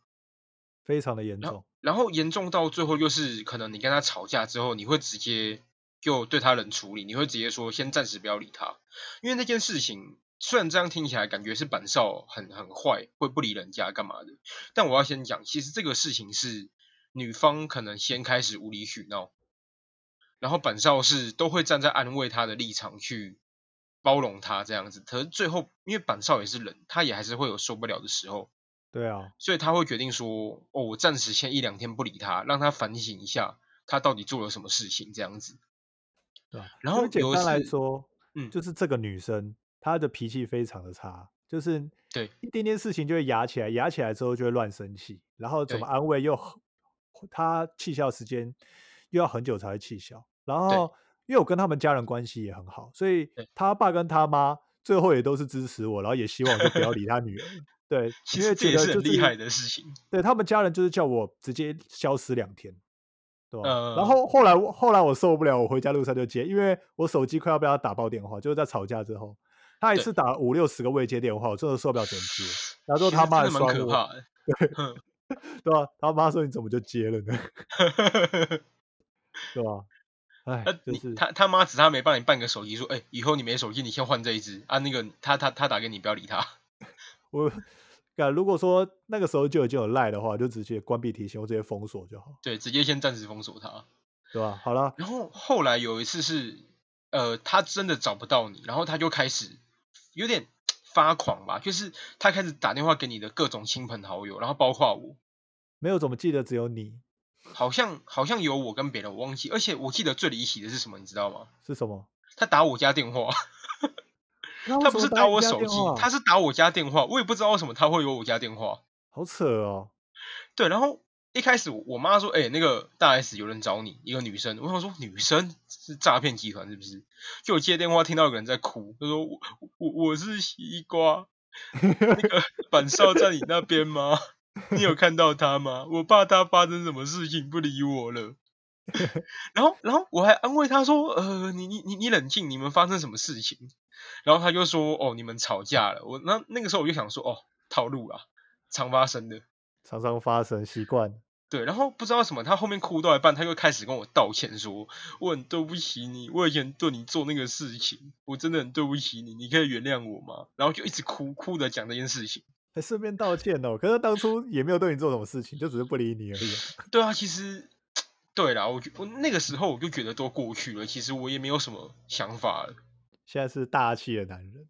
非常的严
然
重
后，然后严重到最后就是，可能你跟他吵架之后，你会直接就对他冷处理，你会直接说先暂时不要理他，因为那件事情虽然这样听起来感觉是板少很很坏，会不理人家干嘛的，但我要先讲，其实这个事情是女方可能先开始无理取闹，然后板少是都会站在安慰他的立场去。包容他这样子，可是最后因为板少也是人，他也还是会有受不了的时候，
对啊，
所以他会决定说，哦，我暂时先一两天不理他，让他反省一下，他到底做了什么事情这样子。
对吧？
啊然
这
后
边简
有一
单来
次
说，
嗯
就是这个女生她的脾气非常的差，就是
对
一点点事情就会压起来，压起来之后就会乱生气，然后怎
对
么安慰又很，她气消时间又要很久才会气消。然后因为我跟他们家人关系也很好，所以
对
他爸跟他妈最后也都是支持我，然后也希望我就不要 理他女儿。对，
其
因
实这
为觉
也
得
是
就
很
是
厉害的事情。
对他们家人就是叫我直接消失两天，对吧？
呃
然后后来我后来我受不了，我回家路上就接，因为我手机快要被他打爆电话，就是在吵架之后，他一
对
次打了五六十个未接电话，我真的受不了，只能 接。然后
其
之后
实
他妈
真
还
的蛮
酸
可
我，
怕的。
对吧、他妈说你怎么就接了呢？ 对吧、哎
那，
就
呃你
是
他他妈只差没帮你办个手机，说，哎、以后你没手机，你先换这一只啊。那个他他他打给你，不要理他。
我，啊，如果说那个时候就已经有赖的话，就直接关闭提醒，我直接封锁就好，
对，直接先暂时封锁他。
对吧、好了，
然后后来有一次是，呃，他真的找不到你，然后他就开始有点发狂吧，就是他开始打电话给你的各种亲朋好友，然后包括我，
没有怎么记得只有你
好像好像有我跟别人，我忘记。而且我记得最离奇的是什么，你知道吗？
是什么？
他打我家电话，
他
他不是打我手机，他是打我家电话，我也不知道为什么他会有我家电话。
好扯哦，
对，然后一开始我我妈说，哎、那个大 S 有人找你，一个女生。我想说，女生是诈骗集团是不是？就我接电话听到有个人在哭，他说我我我是西瓜，那个板少在你那边吗？你有看到他吗？我怕他发生什么事情不理我了。然后，然后我还安慰他说：“呃，你你你你冷静，你们发生什么事情？”然后他就说：“哦，你们吵架了。”我那那个时候我就想说：“哦，套路啦，常发生的。”
常常发生习惯。
对，然后不知道为什么，他后面哭到一半，他又开始跟我道歉说：“我很对不起你，我以前对你做那个事情，我真的很对不起你，你可以原谅我吗？”然后就一直哭哭的讲这件事情。
还顺便道歉哦，可是当初也没有对你做什么事情，就只是不理你而已啊。
对啊，其实对啦，我觉我那个时候我就觉得都过去了，其实我也没有什么想法了。
现在是大气的男人，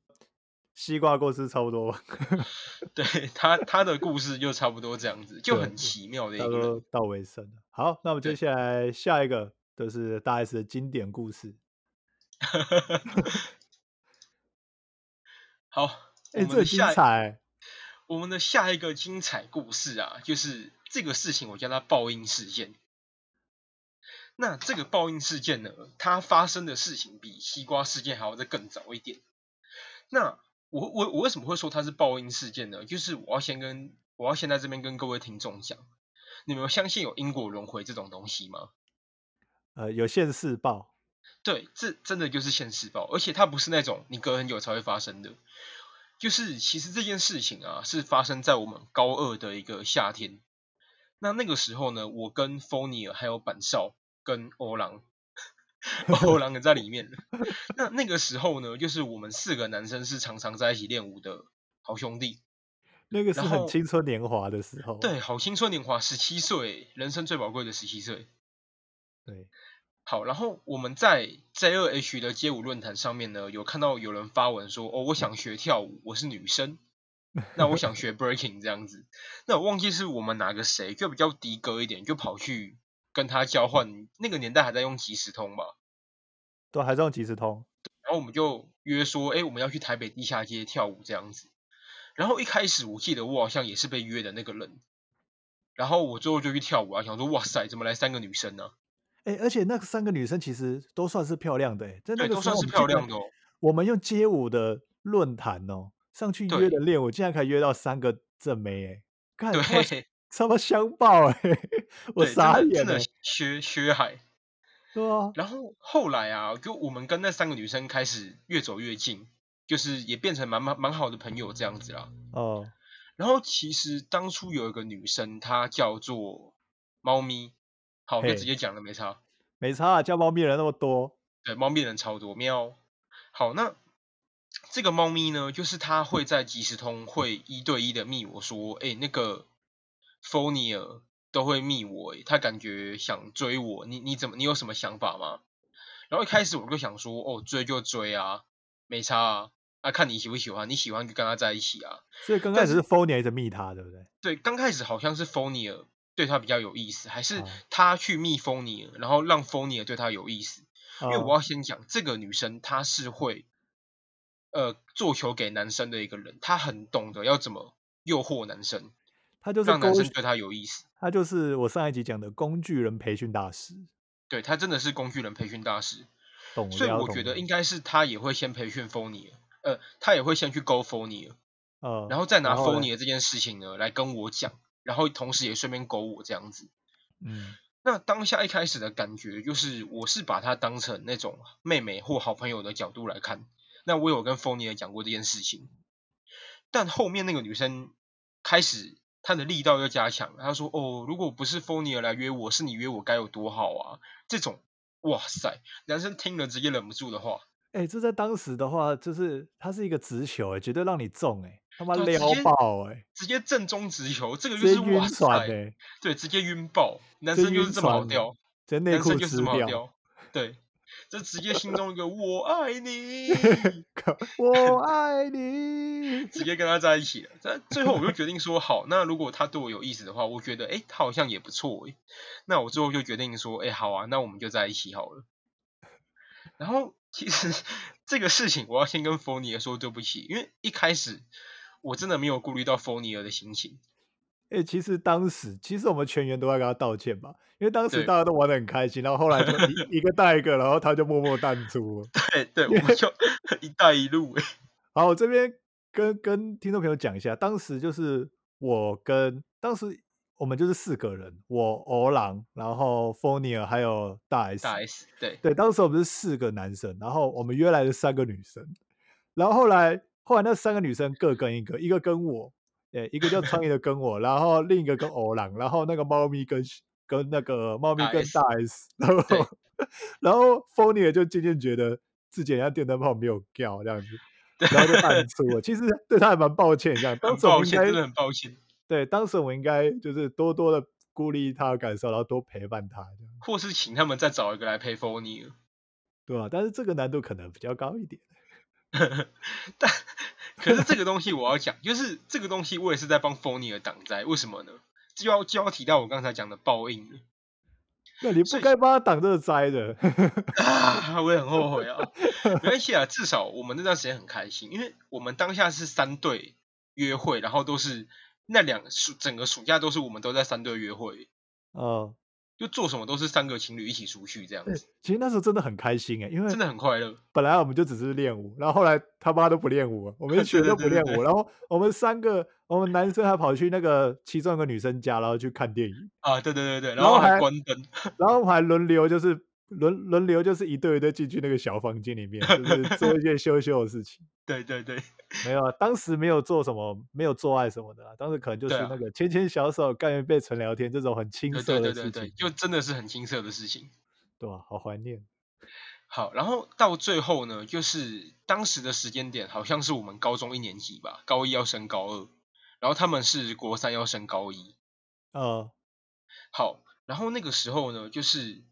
西瓜故事差不多
对他他的故事就差不多这样子，就
对
很奇妙的一
差
个
不
人。
多到尾声了。好，那我们接
对
下来下一个就是大 S 的经典故事。
好，我
哎、
们
这
的
精
下一
彩，
我们的下一个精彩故事啊，就是这个事情，我叫它报应事件。那这个报应事件呢，它发生的事情比西瓜事件还要再更早一点。那我我我为什么会说它是报应事件呢？就是我要先跟我要先在这边跟各位听众讲，你们相信有因果轮回这种东西吗？
呃，有现世报，
对，这真的就是现世报，而且它不是那种你隔很久才会发生的。就是其实这件事情啊，是发生在我们高二的一个夏天。那那个时候呢，我跟 f o n i e r 还有板少跟欧郎， 欧郎也在里面了。那那个时候呢，就是我们四个男生是常常在一起练舞的好兄弟。
那个是
然
很
后
青春年华的时候。
对，好青春年华，十七岁，人生最宝贵的十七岁。
对，
好，然后我们在 J 二 H 的街舞论坛上面呢，有看到有人发文说，哦，我想学跳舞，我是女 生，那我想学 breaking 这样子。那我忘记是我们哪个谁，就比较的哥一点，就跑去跟他交换。那个年代还在用即时通吧，
都还是用即时通。
然后我们就约说，哎，我们要去台北地下街跳舞这样子。然后一开始我记得我好像也是被约的那个人，然后我最后就去跳舞啊，想说，哇塞，怎么来三个女生呢、
哎、而且那三个女生其实都算是漂亮的、欸，在那
对，
个
都
时
算
候我
是
们
漂
竟然
亮的哦。
我们用街舞的论坛哦，上去
对
约人练舞，竟然可以约到三个正 妹、欸，哎，看他妈
对，
他妈香爆哎、 我
对，真
傻
的
眼
真
哎、
的薛薛海。
对啊，
然后后来啊，就我们跟那三个女生开始越走越近，就是也变成蛮蛮蛮好的朋友这样子啦。
哦，
然后其实当初有一个女生，她叫做猫咪，好，我就
嘿
直接讲了，没差。
没差、啊，叫猫咪人那么多，
对，猫咪人超多，喵。好，那这个猫咪呢，就是它会在即时通会一对一的密我说，哎、那个 f o n i e 都会密我、欸，他感觉想追我，你你怎么你有什么想法吗？然后一开始我就想说，哦，追就追啊，没差啊，啊看你喜不喜欢，你喜欢就跟他在一起啊。
所以刚
但
开始
是
是 Phony 还是密他，对不对？
对，刚开始好像是 f o n i e 对他比较有意思，还是
哦
他去密 f o n i e 然后让 f o n i e 对他有意思。因为
哦
我要先讲，这个女生她是会，呃，做球给男生的一个人，她很懂得要怎么诱惑男生，
他就是
让男
工
生，对她有意思。
他就是我上一集讲的工具人培训大师，
对她真的是工具人培训大师，
懂了，
所以我
懂
觉得
了
应该是她也会先培训 f o n i 呃，她也会先去勾 f o n i
呃，
然后再拿 f
后
o n
嘞
i 这件事情呢来跟我讲，然后同时也顺便勾我这样子。
嗯，
那当下一开始的感觉就是，我是把她当成那种妹妹或好朋友的角度来看。那我有跟 f o n i 讲过这件事情，但后面那个女生开始她的力道又加强，她说：“哦，如果不是 f o n i 来约我，是你约我该有多好啊！”这种，哇塞，男生听了直接忍不住的话，
哎、这在当时的话，就是它是一个直球、欸，绝对让你中、欸，哎，他妈
对啊直
撩
接
爆、欸，哎，
直接正中直球，这个就
直
是
接晕
哇
船、
塞，
欸，哎，
对，直接晕爆，男
直接
生就
晕
是这么好
船
钓。
直接内
男
裤
生就是
湿
这么好
掉，
钓，对，这直接心中一个我爱 你，
靠 我爱你，
直接跟他在一起了。 但最后我就决定说，好，那如果他对我有意思的话，我觉得诶，他好像也不错诶。那我最后就决定说，诶，好啊，那我们就在一起好了。然后其实这个事情我要先跟 f o n i 说对不起，因为一开始我真的没有顾虑到 f o n i 的心情。
哎、其实当时，其实我们全员都在跟他道歉吧，因为当时
对
大家都玩的很开心，然后后来就一一个带一个，然后他就默默淡出了。
对对，我们就 一带一路诶。
好，我这边跟跟听众朋友讲一下，当时就是我跟当时我们就是四个人，我欧郎，然后 f o n i e r 还有大 S，
大 S 对
对，当时我们是四个男生，然后我们约来了三个女生，然后后来后来那三个女生各跟一个，一个跟我，呃，一个叫川野的跟我，然后另一个跟欧郎，然后那个猫咪跟跟那个猫咪
大
跟
S
大 S，然后
对
然后 f o n i 就渐渐觉得自己好像电灯泡没有掉这样子，
对，
然后就淡出了。其实对他还蛮抱歉，这样当
很
时我
抱
们应
歉，真的
该
很抱歉。
对当时我们应该就是多多的鼓励他的感受，然后多陪伴他这样，
或是请他们再找一个来陪 f o n i
对吧、但是这个难度可能比较高一点。
但 可是这个东西我要讲，就是这个东西我也是在帮 f o n i 挡灾，为什么呢？就要就要提到我刚才讲的报应了
那你
所
不
以
该帮他挡这个灾的。
啊！我也很后悔啊，没关系啊，至少我们那段时间很开心，因为我们当下是三对约会，然后都是那两暑整个暑假都是我们都在三对约会，
哦，
就做什么都是三个情侣一起出去这样
对
子，
其实那时候真的很开心哎，因为
真的很快乐。
本来我们就只是练舞，然后后来他妈都不练舞了，我们一 群
对对
人都不
对对
练
对
舞，然后我们三个，我们男生还跑去那个其中一个女生家，然后去看电影，
啊，对对对对，
然后
还
还
关灯，
然后我们还轮流就是轮轮流就是一对一对进去那个小房间里 面，就是做一些羞羞的事情。
对对对，
没有，啊，当时没有做什么，没有做爱什么的啦，当时可能就是
对啊
那个牵牵小手、干一杯纯聊天这种很青
对
涩
对
的
对
事
对对，
情，
就真的是很青涩的事情。
对吧、好怀念。
好，然后到最后呢，就是当时的时间点好像是我们高中一年级吧，高一要升高二，然后他们是国三要升高一。
呃，
好，然后那个时候呢，就是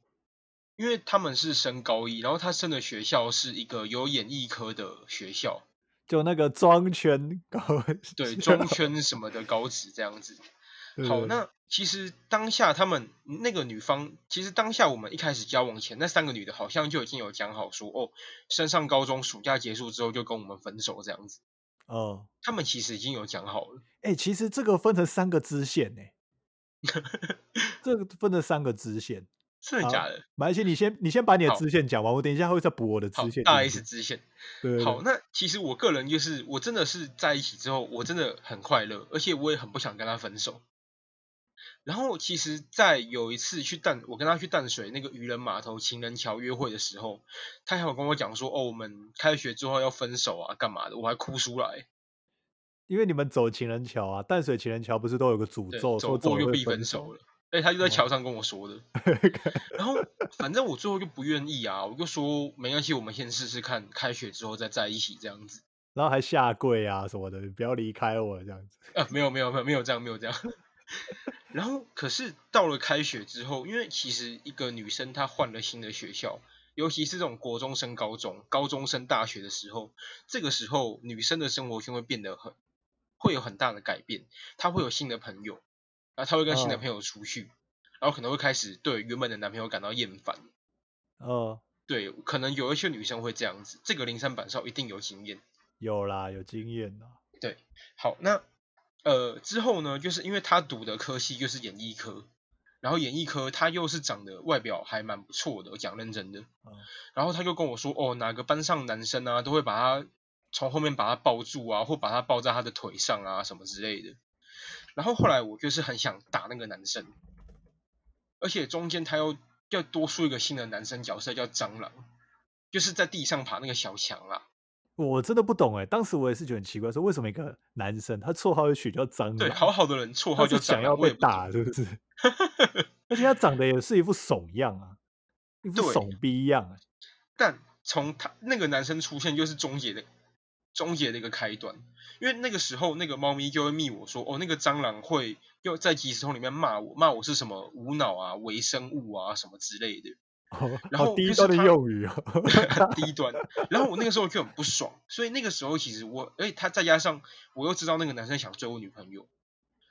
因为他们是升高一，然后他升的学校是一个有演艺科的学校，
就那个庄圈搞
对，
笑
中圈什么的高职这样子。
对
好，那其实当下他们那个女方，其实当下我们一开始交往前，那三个女的好像就已经有讲好说，哦，升上高中暑假结束之后就跟我们分手这样子。
呃，
他们其实已经有讲好了，
哎、其实这个分成三个支 线呢、这个分成三个支线。
真的
好
假的？
马来西亚，你先你先把你的
好
支线讲完，我等一下会再补我的
好
支线进去。，
大 S 支线。
对对对
好，那其实我个人就是，我真的是在一起之后，我真的很快乐，而且我也很不想跟他分手。然后其实，在有一次去淡，我跟他去淡水那个渔人码头情人桥约会的时候，他还有跟我讲说，哦，我们开学之后要分手啊，干嘛的？我还哭出来，
因为你们走情人桥啊，淡水情人桥不是都有个诅
对，
咒，
走
说
过
了
就
会
必
分
分手了。哎，他就在
哦
桥上跟我说的。然后反正我最后就不愿意啊，我就说没关系，我们先试试看，开学之后再在一起这样子。
然后还下跪啊什么的，不要离开我这样子。
啊，没有没有没有没有这样没 有这样。然后可是到了开学之后，因为其实一个女生她换了新的学校，尤其是这种国中升高中、高中升大学的时候，这个时候女生的生活圈会变得很，会有很大的改变，她会有新的朋友，然后她会跟新的
哦
朋友出去，然后可能会开始对原本的男朋友感到厌烦。
呃，
对，可能有一些女生会这样子，这个零三板少一定有经验。
有啦，有经验啦。
好，那呃之后呢，就是因为他读的科系就是演艺科，然后演艺科他又是长得外表还蛮不错的，我讲认真的，
嗯
然后他就跟我说，哦，哪个班上男生啊都会把他从后面把他抱住啊，或把他抱在他的腿上啊什么之类的。然后后来我就是很想打那个男生，而且中间他又要多出一个新的男生角色叫蟑螂，就是在地上爬那个小啊强啦。
我真的不懂哎、当时我也是觉得很奇怪，说为什么一个男生他绰号会取叫蟑螂？
对，好好的人绰
嗯他
号
是
叫
想
蟑
要
螂，我
被
也不懂
打，是 不是？而且他长得也是一副怂样啊，一副
对
怂逼样、啊。
但从他那个男生出现，就是终结的终结的一个开端。因为那个时候，那个猫咪就会密我说，哦，那个蟑螂会又在即时通里面骂我，骂我是什么无脑啊、微生物啊什么之类的，
哦
然
好
后
低
就是
端的
他
用语哦。
很低端。然后我那个时候就很不爽，所以那个时候其实我，而且他再加上我又知道那个男生想追我女朋友，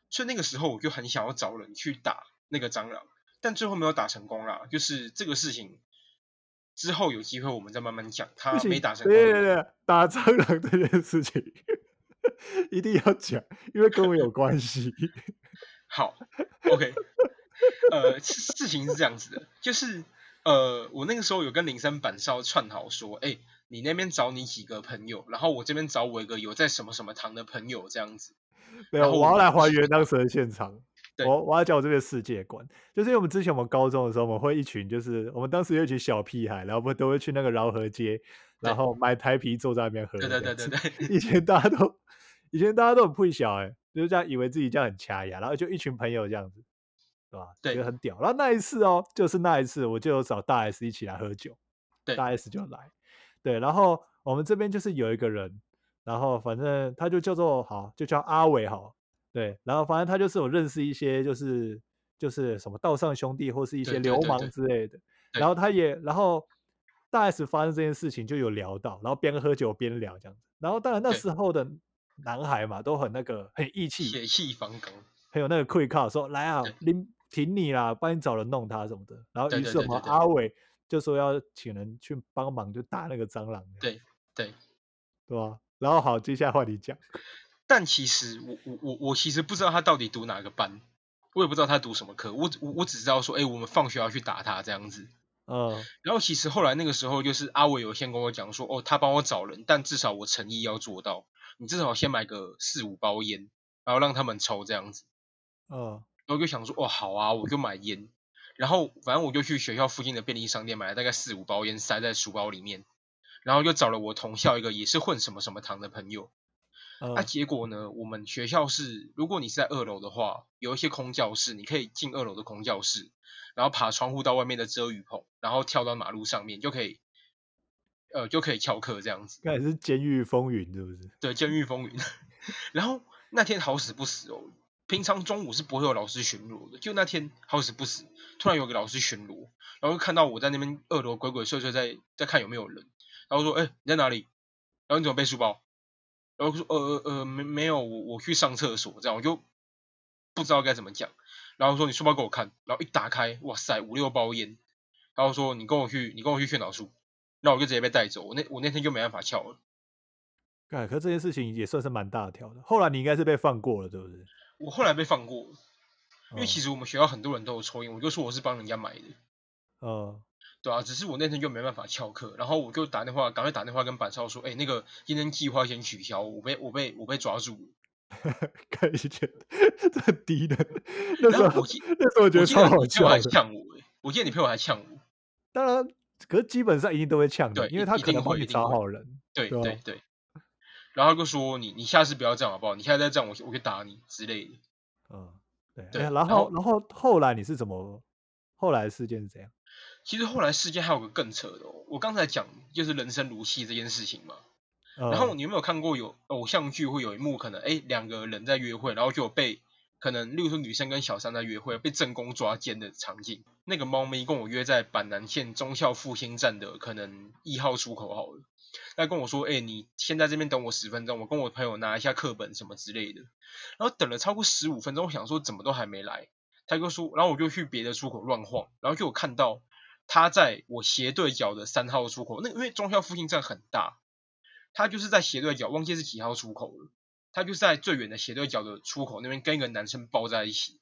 所以那个时候我就很想要找人去打那个蟑螂，但最后没有打成功啦。就是这个事情。之后有机会我们再慢慢讲，他
不行
啊没打成功的
对
原因。
对对，打蟑螂这件事情一定要讲，因为跟我有关系。
好，OK，呃，事事情是这样子的，就是呃，我那个时候有跟林森板少串好说，哎、你那边找你几个朋友，然后我这边找我一个有在什么什么堂的朋友这样子。
没
然
有，
后
啊我
我
要
们
来
就
还
是
原当时的现场。
对
我我要讲我这边的世界观，就是因为我们之前我们高中的时候，我们会一群就是我们当时有一群小屁孩，然后我们都会去那个饶河街，
对
然后买台啤坐在那边喝。
对对对对。对，
以前大家都以前大家都很不小哎、就是这样以为自己这样很掐牙，然后就一群朋友这样子，对吧？觉
对
得很屌。然后那一次哦，就是那一次，我就有找大 S 一起来喝酒，
对
大 S 就来，对，然后我们这边就是有一个人，然后反正他就叫做好，就叫阿伟好，对，然后反正他就是有认识一些就是就是什么道上兄弟或是一
对
些
对
流
对
氓
对
之类的，
对
然后他也，然后大 S 发生这件事情就有聊到，然后边喝酒边聊这样子。然后当然那
对
时候的男孩嘛，都很那个很义气，
血气方刚，
很有那个 quick call，说来啊
对，
林挺你啦，帮你找人弄他什么的。然后
对
于
对
是我
对
们
对对
阿伟就说要请人去帮忙，就打那个蟑螂这样，
对对。
对吧？然后好，接下来换你讲。
但其实我我我我其实不知道他到底读哪个班，我也不知道他读什么科，我只我我只知道说，哎、我们放学要去打他这样子。
嗯，
然后其实后来那个时候，就是阿伟有先跟我讲说，哦，他帮我找人，但至少我诚意要做到，你至少先买个四五包烟，然后让他们抽这样子。
嗯，
然后我就想说，哦，好啊，我就买烟。然后反正我就去学校附近的便利商店买了大概四五包烟，塞在书包里面，然后又找了我同校一个也是混什么什么堂的朋友。
呃
那、结果呢，我们学校是如果你是在二楼的话，有一些空教室，你可以进二楼的空教室，然后爬窗户到外面的遮雨棚，然后跳到马路上面就可以，呃，就可以翘课这样子。
那也是监狱风云是不是？
对，监狱风云。 然后那天好死不死哦，平常中午是不会有老师巡逻的，就那天好死不死，突然有个老师巡逻，然后看到我在那边二楼鬼鬼祟祟在在看有没有人，然后说：“哎、你在哪里？然后你怎么背书包？”然后说：“呃呃呃，没没有，我我去上厕所。”这样我就不知道该怎么讲，然后说：“你书包给我看。”然后一打开，哇塞，五六包烟，然后说：“你跟我去，你跟我去劝导处。”那我就直接被带走，我那我那天就没办法翘了。
哎，可这件事情也算是蛮大条的。后来你应该是被放过了，对不对？
我后来被放过了，因为
嗯
其实我们学校很多人都有抽烟，我就说我是帮人家买的，
呃，
对啊，只是我那天就没办法翘课，然后我就打电话，赶快打电话跟板少说，哎、那个今天计划先取消，我被我被我被抓住了。
看一圈，这很低的。那时
然后
候
我记，
那时候我觉
我
得
记
超
得
好
你朋友
笑
还
的。
呛我、欸，我记得你朋友还呛我，
当然，可是基本上一定都会呛你，
对
因为
一
他
一
可
定
能帮
会
你
一定
找
会
好人。
对
对啊
对对，然后他就说你你下次不要这样好不好？你下次再这样我我就打你之类的。
嗯，对。
对
哎，然
然
后
后
然后后来你是怎么？后来事件是怎样？
其实后来事件还有个更扯的、哦，我刚才讲就是人生如戏这件事情嘛，然后
呃，
你有没有看过有偶像剧会有一幕，可能哎两个人在约会，然后就有被可能，例如说女生跟小三在约会，被正宫抓奸的场景。那个猫咪跟我约在板南线忠孝复兴站的可能一号出口好了，那跟我说，哎、你先在这边等我十分钟，我跟我朋友拿一下课本什么之类的。然后等了超过十五分钟，我想说怎么都还没来，他就说，然后我就去别的出口乱晃，然后就有看到他在我斜对角的三号出口，那因为中校复兴站很大，他就是在斜对角，忘记是几号出口了，他就是在最远的斜对角的出口那边跟一个男生抱在一起，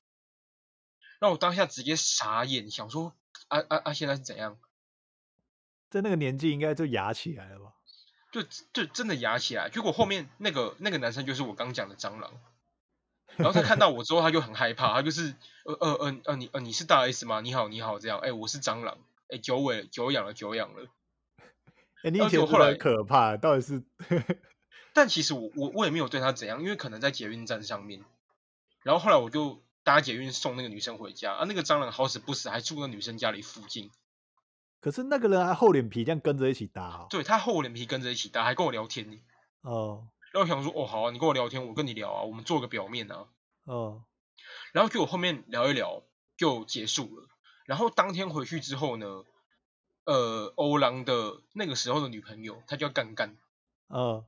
让我当下直接傻眼，想说啊啊啊，现在是怎样？
在那个年纪应该就牙起来了吧？
就就真的压起来，结果后面那个那个男生就是我刚讲的蟑螂，然后他看到我之后，他就很害怕，他就是呃呃呃呃你呃你是大 S 吗？你好你好这样，哎、我是蟑螂，哎、久违了久仰了久仰了。
哎，你以
而且
前
我呃后
真的很
来
可怕，到底是
但其实我我我也没有对他怎样，因为可能在捷运站上面，然后后来我就搭捷运送那个女生回家啊，那个蟑螂好死不死还住那女生家里附近，
可是那个人还厚脸皮这样跟着一起哦搭
对他厚脸皮跟着一起搭，还跟我聊天呢。
哦。
然后我想说哦好啊，你跟我聊天，我跟你聊啊，我们做个表面啊。
哦哦，
然后就我后面聊一聊就结束了。然后当天回去之后呢，呃，欧郎的那个时候的女朋友，她叫干干，
呃，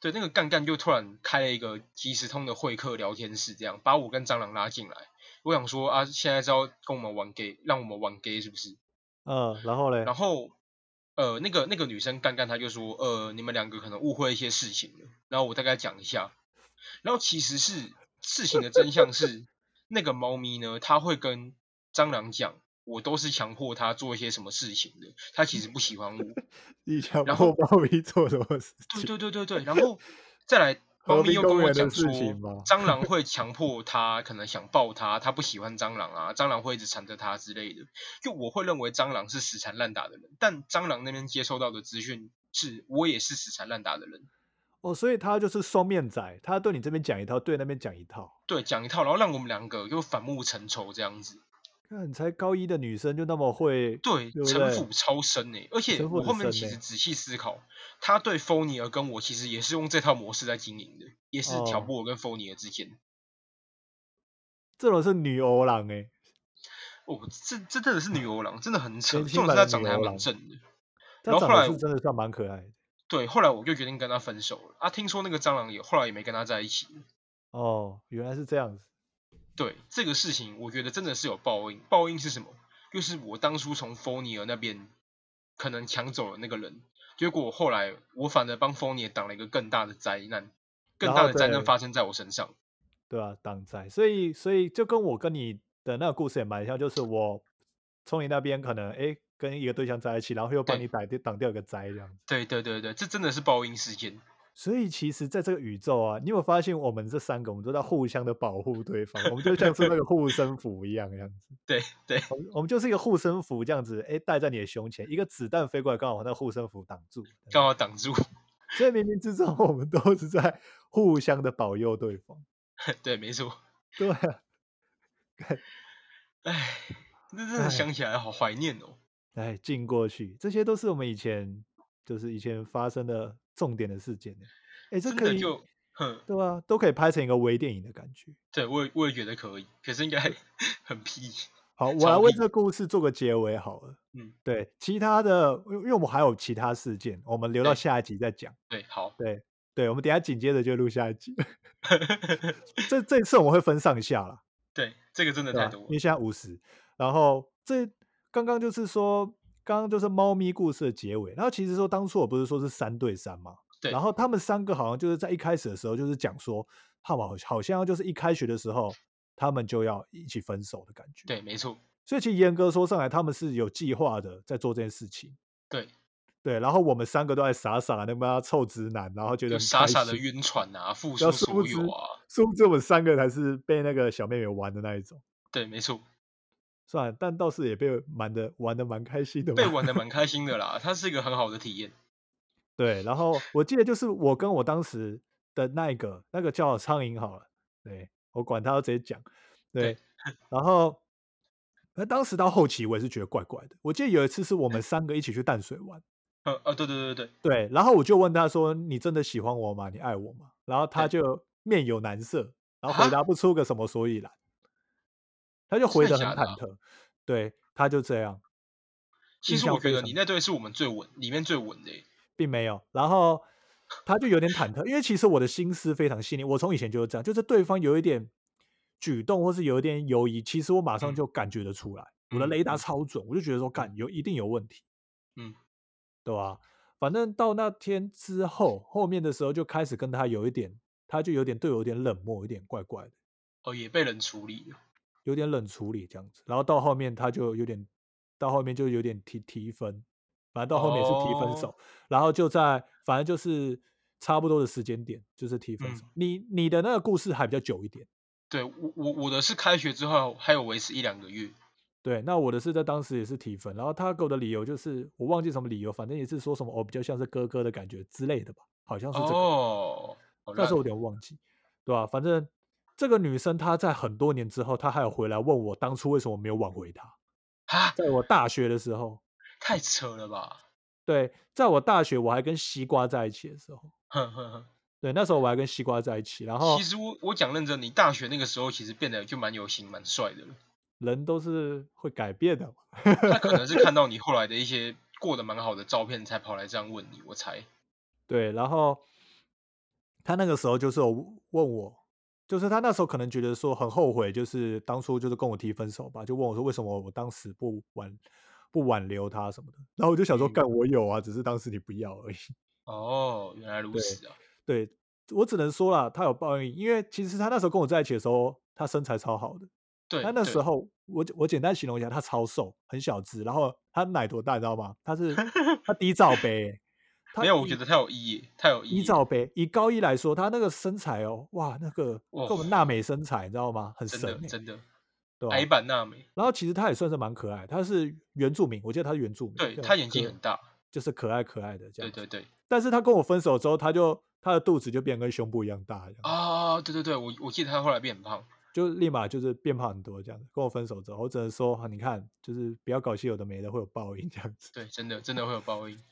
对，那个干干就突然开了一个即时通的会客聊天室，这样把我跟蟑螂拉进来。我想说啊，现在是要跟我们玩 gay，让我们玩 gay 是不是？
呃，然后嘞，
然后呃，那个那个女生干干她就说，呃，你们两个可能误会一些事情了。然后我大概讲一下，然后其实是事情的真相是，那个猫咪呢，它会跟蟑螂讲，我都是强迫它做一些什么事情的，它其实不喜欢我。
你想
然
破包皮做什么事
对
情？
对对对对，然 后再来。
和
猫咪
平
又跟
公
我
园的
讲
事
说
情吗，
蟑螂会强迫它，可能想抱它，它不喜欢蟑螂啊，蟑螂会一直缠着它之类的。就我会认为蟑螂是死缠烂打的人，但蟑螂那边接收到的资讯是我也是死缠烂打的人，
哦，所以他就是双面仔，他对你这边讲一套，对那边讲一套。
对，讲一套，然后让我们两个就反目成仇这样子，
看，才高一的女生就那么会，
对，
对不
城府
对
超深诶、而且
城府
我后
很
面
深
其
欸
实仔细思考，他对 f o n i e 跟我其实也是用这套模式在经营的，也是挑
哦
拨我跟 f o n i e 之间。
这种是女欧郎哎、
哦，这这真的是女欧郎，真的很扯。
年
重
轻
点
版
是她长
的
得
女
还
欧
蛮
郎
正的。然后
她
后
长得
来
是
我
真的算蛮可爱的
对，后来我就决定跟她分手了。啊，听说那个蟑螂也后来也没跟她在一起。
哦，原来是这样子。
对这个事情，我觉得真的是有报应。报应是什么？就是我当初从 f o n i e 那边可能抢走了那个人，结果后来我反而帮 f o n i e 挡了一个更大的灾难，更
然
大
后
的灾难
对
发生在我身上。
对啊，挡灾，所以所以就跟我跟你的那个故事也蛮像，就是我从你那边可能哎、诶跟一个对象在一起，然后又帮
对
你挡掉挡掉一个灾这样子。
对对对对，这真的是报应事件。
所以其实，在这个宇宙啊，你有没有发现我们这三个，我们都在互相的保护对方，我们就像是那个护身符一样，这样子，
对对
我们我们就是一个护身符这样子，哎，戴在你的胸前，一个子弹飞过来，刚好把那个护身符挡住，
刚好挡住，
所以冥冥之中，我们都是在互相的保佑对方。
对，没错。
对啊，
唉，那真的
唉
想起来好怀念哦。
哎，进过去，这些都是我们以前就是以前发生的重点的事件呢。哎，这
真
可
的
以，
就，哼，
对啊，都可以拍成一个微电影的感觉。
对我也我也觉得可以，可是应该很屁。
好，我
超
来为
屁
这个故事做个结尾好了。
嗯，
对，其他的，因为因为我们还有其他事件，我们留到
对
下一集再讲。
对，好，
对，对，我们等一下紧接着就录下一集。 这这一次我们会分上下啦，
对，这个真的
对啊
太
吧？
多
因为
了。
现在五十，然后这刚刚就是说，刚刚就是猫咪故事的结尾。然后其实说，当初我不是说是三对三嘛，
对
然后他们三个好像就是在一开始的时候就是讲说，他们好好像就是一开学的时候，他们就要一起分手的感觉。
对，没错，
所以其实严格说上来，他们是有计划的在做这件事情。
对，
对，然后我们三个都在傻傻的妈臭直男，然后觉
就
得很
傻
开
傻的
心
晕船啊，付
然
出
后殊
所
不知
有啊。，
殊不知我们三个才是被那个小妹妹玩的那一种。
对，没错，
算了，但倒是也被玩的玩的蛮开心的
被
嘛。
玩的蛮开心的啦，它是一个很好的体验。
对，然后我记得就是我跟我当时的那一个那个叫苍蝇好了，对我管他，我直接讲。对，
对
然后那当时到后期我也是觉得怪怪的。我记得有一次 是我们三个一起去淡水玩。
呃呃，对对对对，
对，然后我就问他说：“你真的喜欢我吗？你爱我吗？”然后他
对
就面有难色，然后回
啊
答不出个什么所以然，他就
真
回
的
得很
假的
忐
啊
忑。对，他就这样，
其
印
实
象
我觉
非
得
常
你那对是我们最稳，里面最稳的耶。
并没有。然后他就有点忐忑，因为其实我的心思非常细腻，我从以前就是这样，就是对方有一点举动或是有一点犹疑，其实我马上
嗯
就感觉得出来，我的
嗯
雷达
嗯
超准，我就觉得说，干有一定有问题。
嗯，
对吧、反正到那天之后，后面的时候就开始跟他有一点，他就有点对我有点冷漠，有点怪怪的，
哦，也被人处理了。
有点冷处理这样子。然后到后面他就有点，到后面就有点提提分，反正到后面也是提分手，
哦
然后就在反正就是差不多的时间点，就是提分手。
嗯
你你的那个故事还比较久一点，
对我我我的是开学之后还有维持一两个月。
对，那我的是在当时也是提分，然后他给我的理由就是我忘记什么理由，反正也是说什么我、哦、比较像是哥哥的感觉之类的吧，好像是这个。
哦，好
那
烂
时候我有点忘记，对吧、反正这个女生她在很多年之后，她还有回来问我当初为什么没有挽回她。
啊，
在我大学的时候，
太扯了吧！
对，在我大学我还跟西瓜在一起的时候，
哼哼哼。
对，那时候我还跟西瓜在一起，然后
其实我我讲认真，你大学那个时候其实变得就蛮有型、蛮帅的了。
人都是会改变的嘛。
他可能是看到你后来的一些过得蛮好的照片，才跑来这样问你，我猜。
对，然后他那个时候就是有问我，就是他那时候可能觉得说很后悔，就是当初就是跟我提分手吧，就问我说为什么我当时不挽不挽留他什么的。然后我就想说，
嗯
干我有啊，只是当时你不要而已。
哦，原来如
对
此啊！
对我只能说啦，他有报应，因为其实他那时候跟我在一起的时候，他身材超好的。
对，
他那
对
时候我我简单形容一下，他超瘦，很小只，然后他奶多大你知道吗？他是他低罩杯欸，他
没有，我
一
觉得太有意义，太有意
依
义
罩
了，
杯，以高一来说，他那个身材哦，哇，那个
哇
跟我们娜美身材，你知道吗？很
真
神
的
欸
真的。哎
对吧、
矮版娜美，
然后其实他也算是蛮可爱，他是原住民，我记得他是原住民，
对
就
她眼睛
可
很大，
就是可爱可爱的这
对
样子。
对对。
但是他跟我分手之后，他就他的肚子就变跟胸部一样大，这样
啊，对对对，我我记得她后来变很胖，
就立马就是变胖很多这样子。跟我分手之后，我只能说，啊你看，就是不要搞些有的没的，会有报应这样子，
对，真的真的会有报应。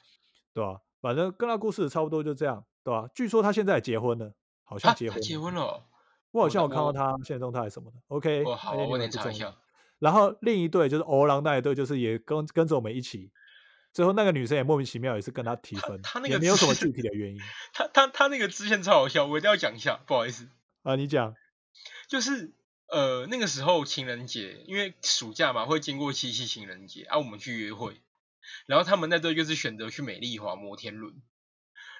对吧、反正跟他故事差不多就这样，对吧、据说他现在也结婚了，好像
啊，
结
她
婚
结
了。
婚了哦，
我好
我那
像有看到
我
他现在动态什么的。OK，
哦，
那
好，
些
我
另外
得
不
查一
重要
下。。
然后另一队就是欧郎那一队，就是也跟跟着我们一起。最后那个女生也莫名其妙也是跟他提
她
分，
她那
也
个
没有
支
什么
线
具体的原因
他他他那个支线超好笑，我一定要讲一下，不好意思，
啊。你讲
就是呃那个时候情人节，因为暑假嘛会经过七夕情人节啊，我们去约会，然后他们那队就是选择去美丽华摩天轮，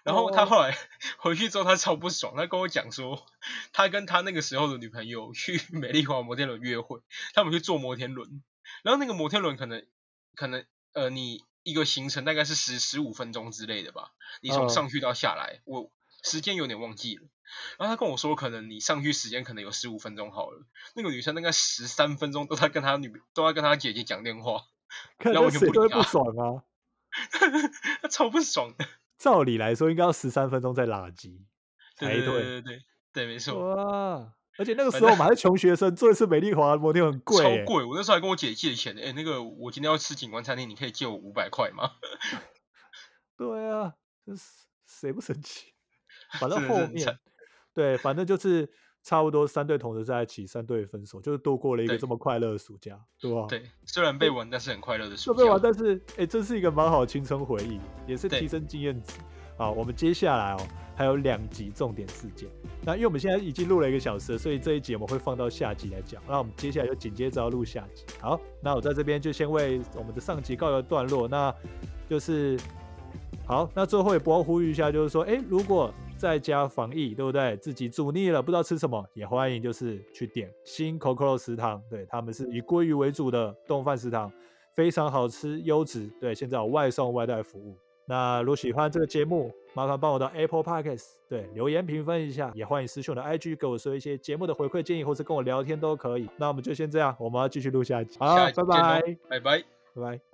然后他
哦
后来 回去之后他超不爽，他跟我讲说他跟他那个时候的女朋友去 美丽华摩天轮约会，他们去坐摩天轮，然后那个摩天轮可能可能呃你。一个行程大概是十十五分钟之类的吧，你从
嗯
上去到下来，我时间有点忘记了。然后他跟我说，可能你上去时间可能有十五分钟好了。那个女生大概十三分钟都在跟她女都在跟她姐姐讲电话，
看
那
那
我就
谁
不
都会
理
不
他
爽啊。
她超不爽的。
照理来说，应该要十三分钟再拉鸡才
对对
对。
对对对对，没错，
哇！而且那个时
反
候
正
我们还是穷学生，做一次美丽华摩天很贵、
超
欸，
贵。我那时候还跟我姐借钱，哎，那个我今天要吃景观餐厅，你可以借我五百块吗？
对啊，这是谁不生气？ 反正
真的是
后
很惨
面，对，反正就是差不多三对同时在一起，三对分手，就是度过了一个
对
这么快乐的暑假，对吧？，
对，虽然被玩，但是很快乐的暑
哦就
假。
被玩，但是哎、这是一个蛮好的青春回忆，也是
对
提升经验值。好，我们接下来哦，还有两集重点事件。那因为我们现在已经录了一个小时了，所以这一集我们会放到下集来讲。那我们接下来就紧接着要录下集。好，那我在这边就先为我们的上集告一个段落。那就是好，那最后也不要呼吁一下，就是说，哎，如果在家防疫，对不对？自己煮腻了，不知道吃什么，也欢迎就是去点新 Coco 食堂，对他们是以鲑鱼为主的冻饭食堂，非常好吃优质。对，现在有外送外带服务。那如果喜欢这个节目，麻烦帮我到 Apple Podcast 对留言评分一下，也欢迎私讯我的 IG 给我说一些节目的回馈建议，或是跟我聊天都可以。那我们就先这样，我们要继续录下一集。好，
下一
拜
集见
拜，
咯拜拜。
拜拜。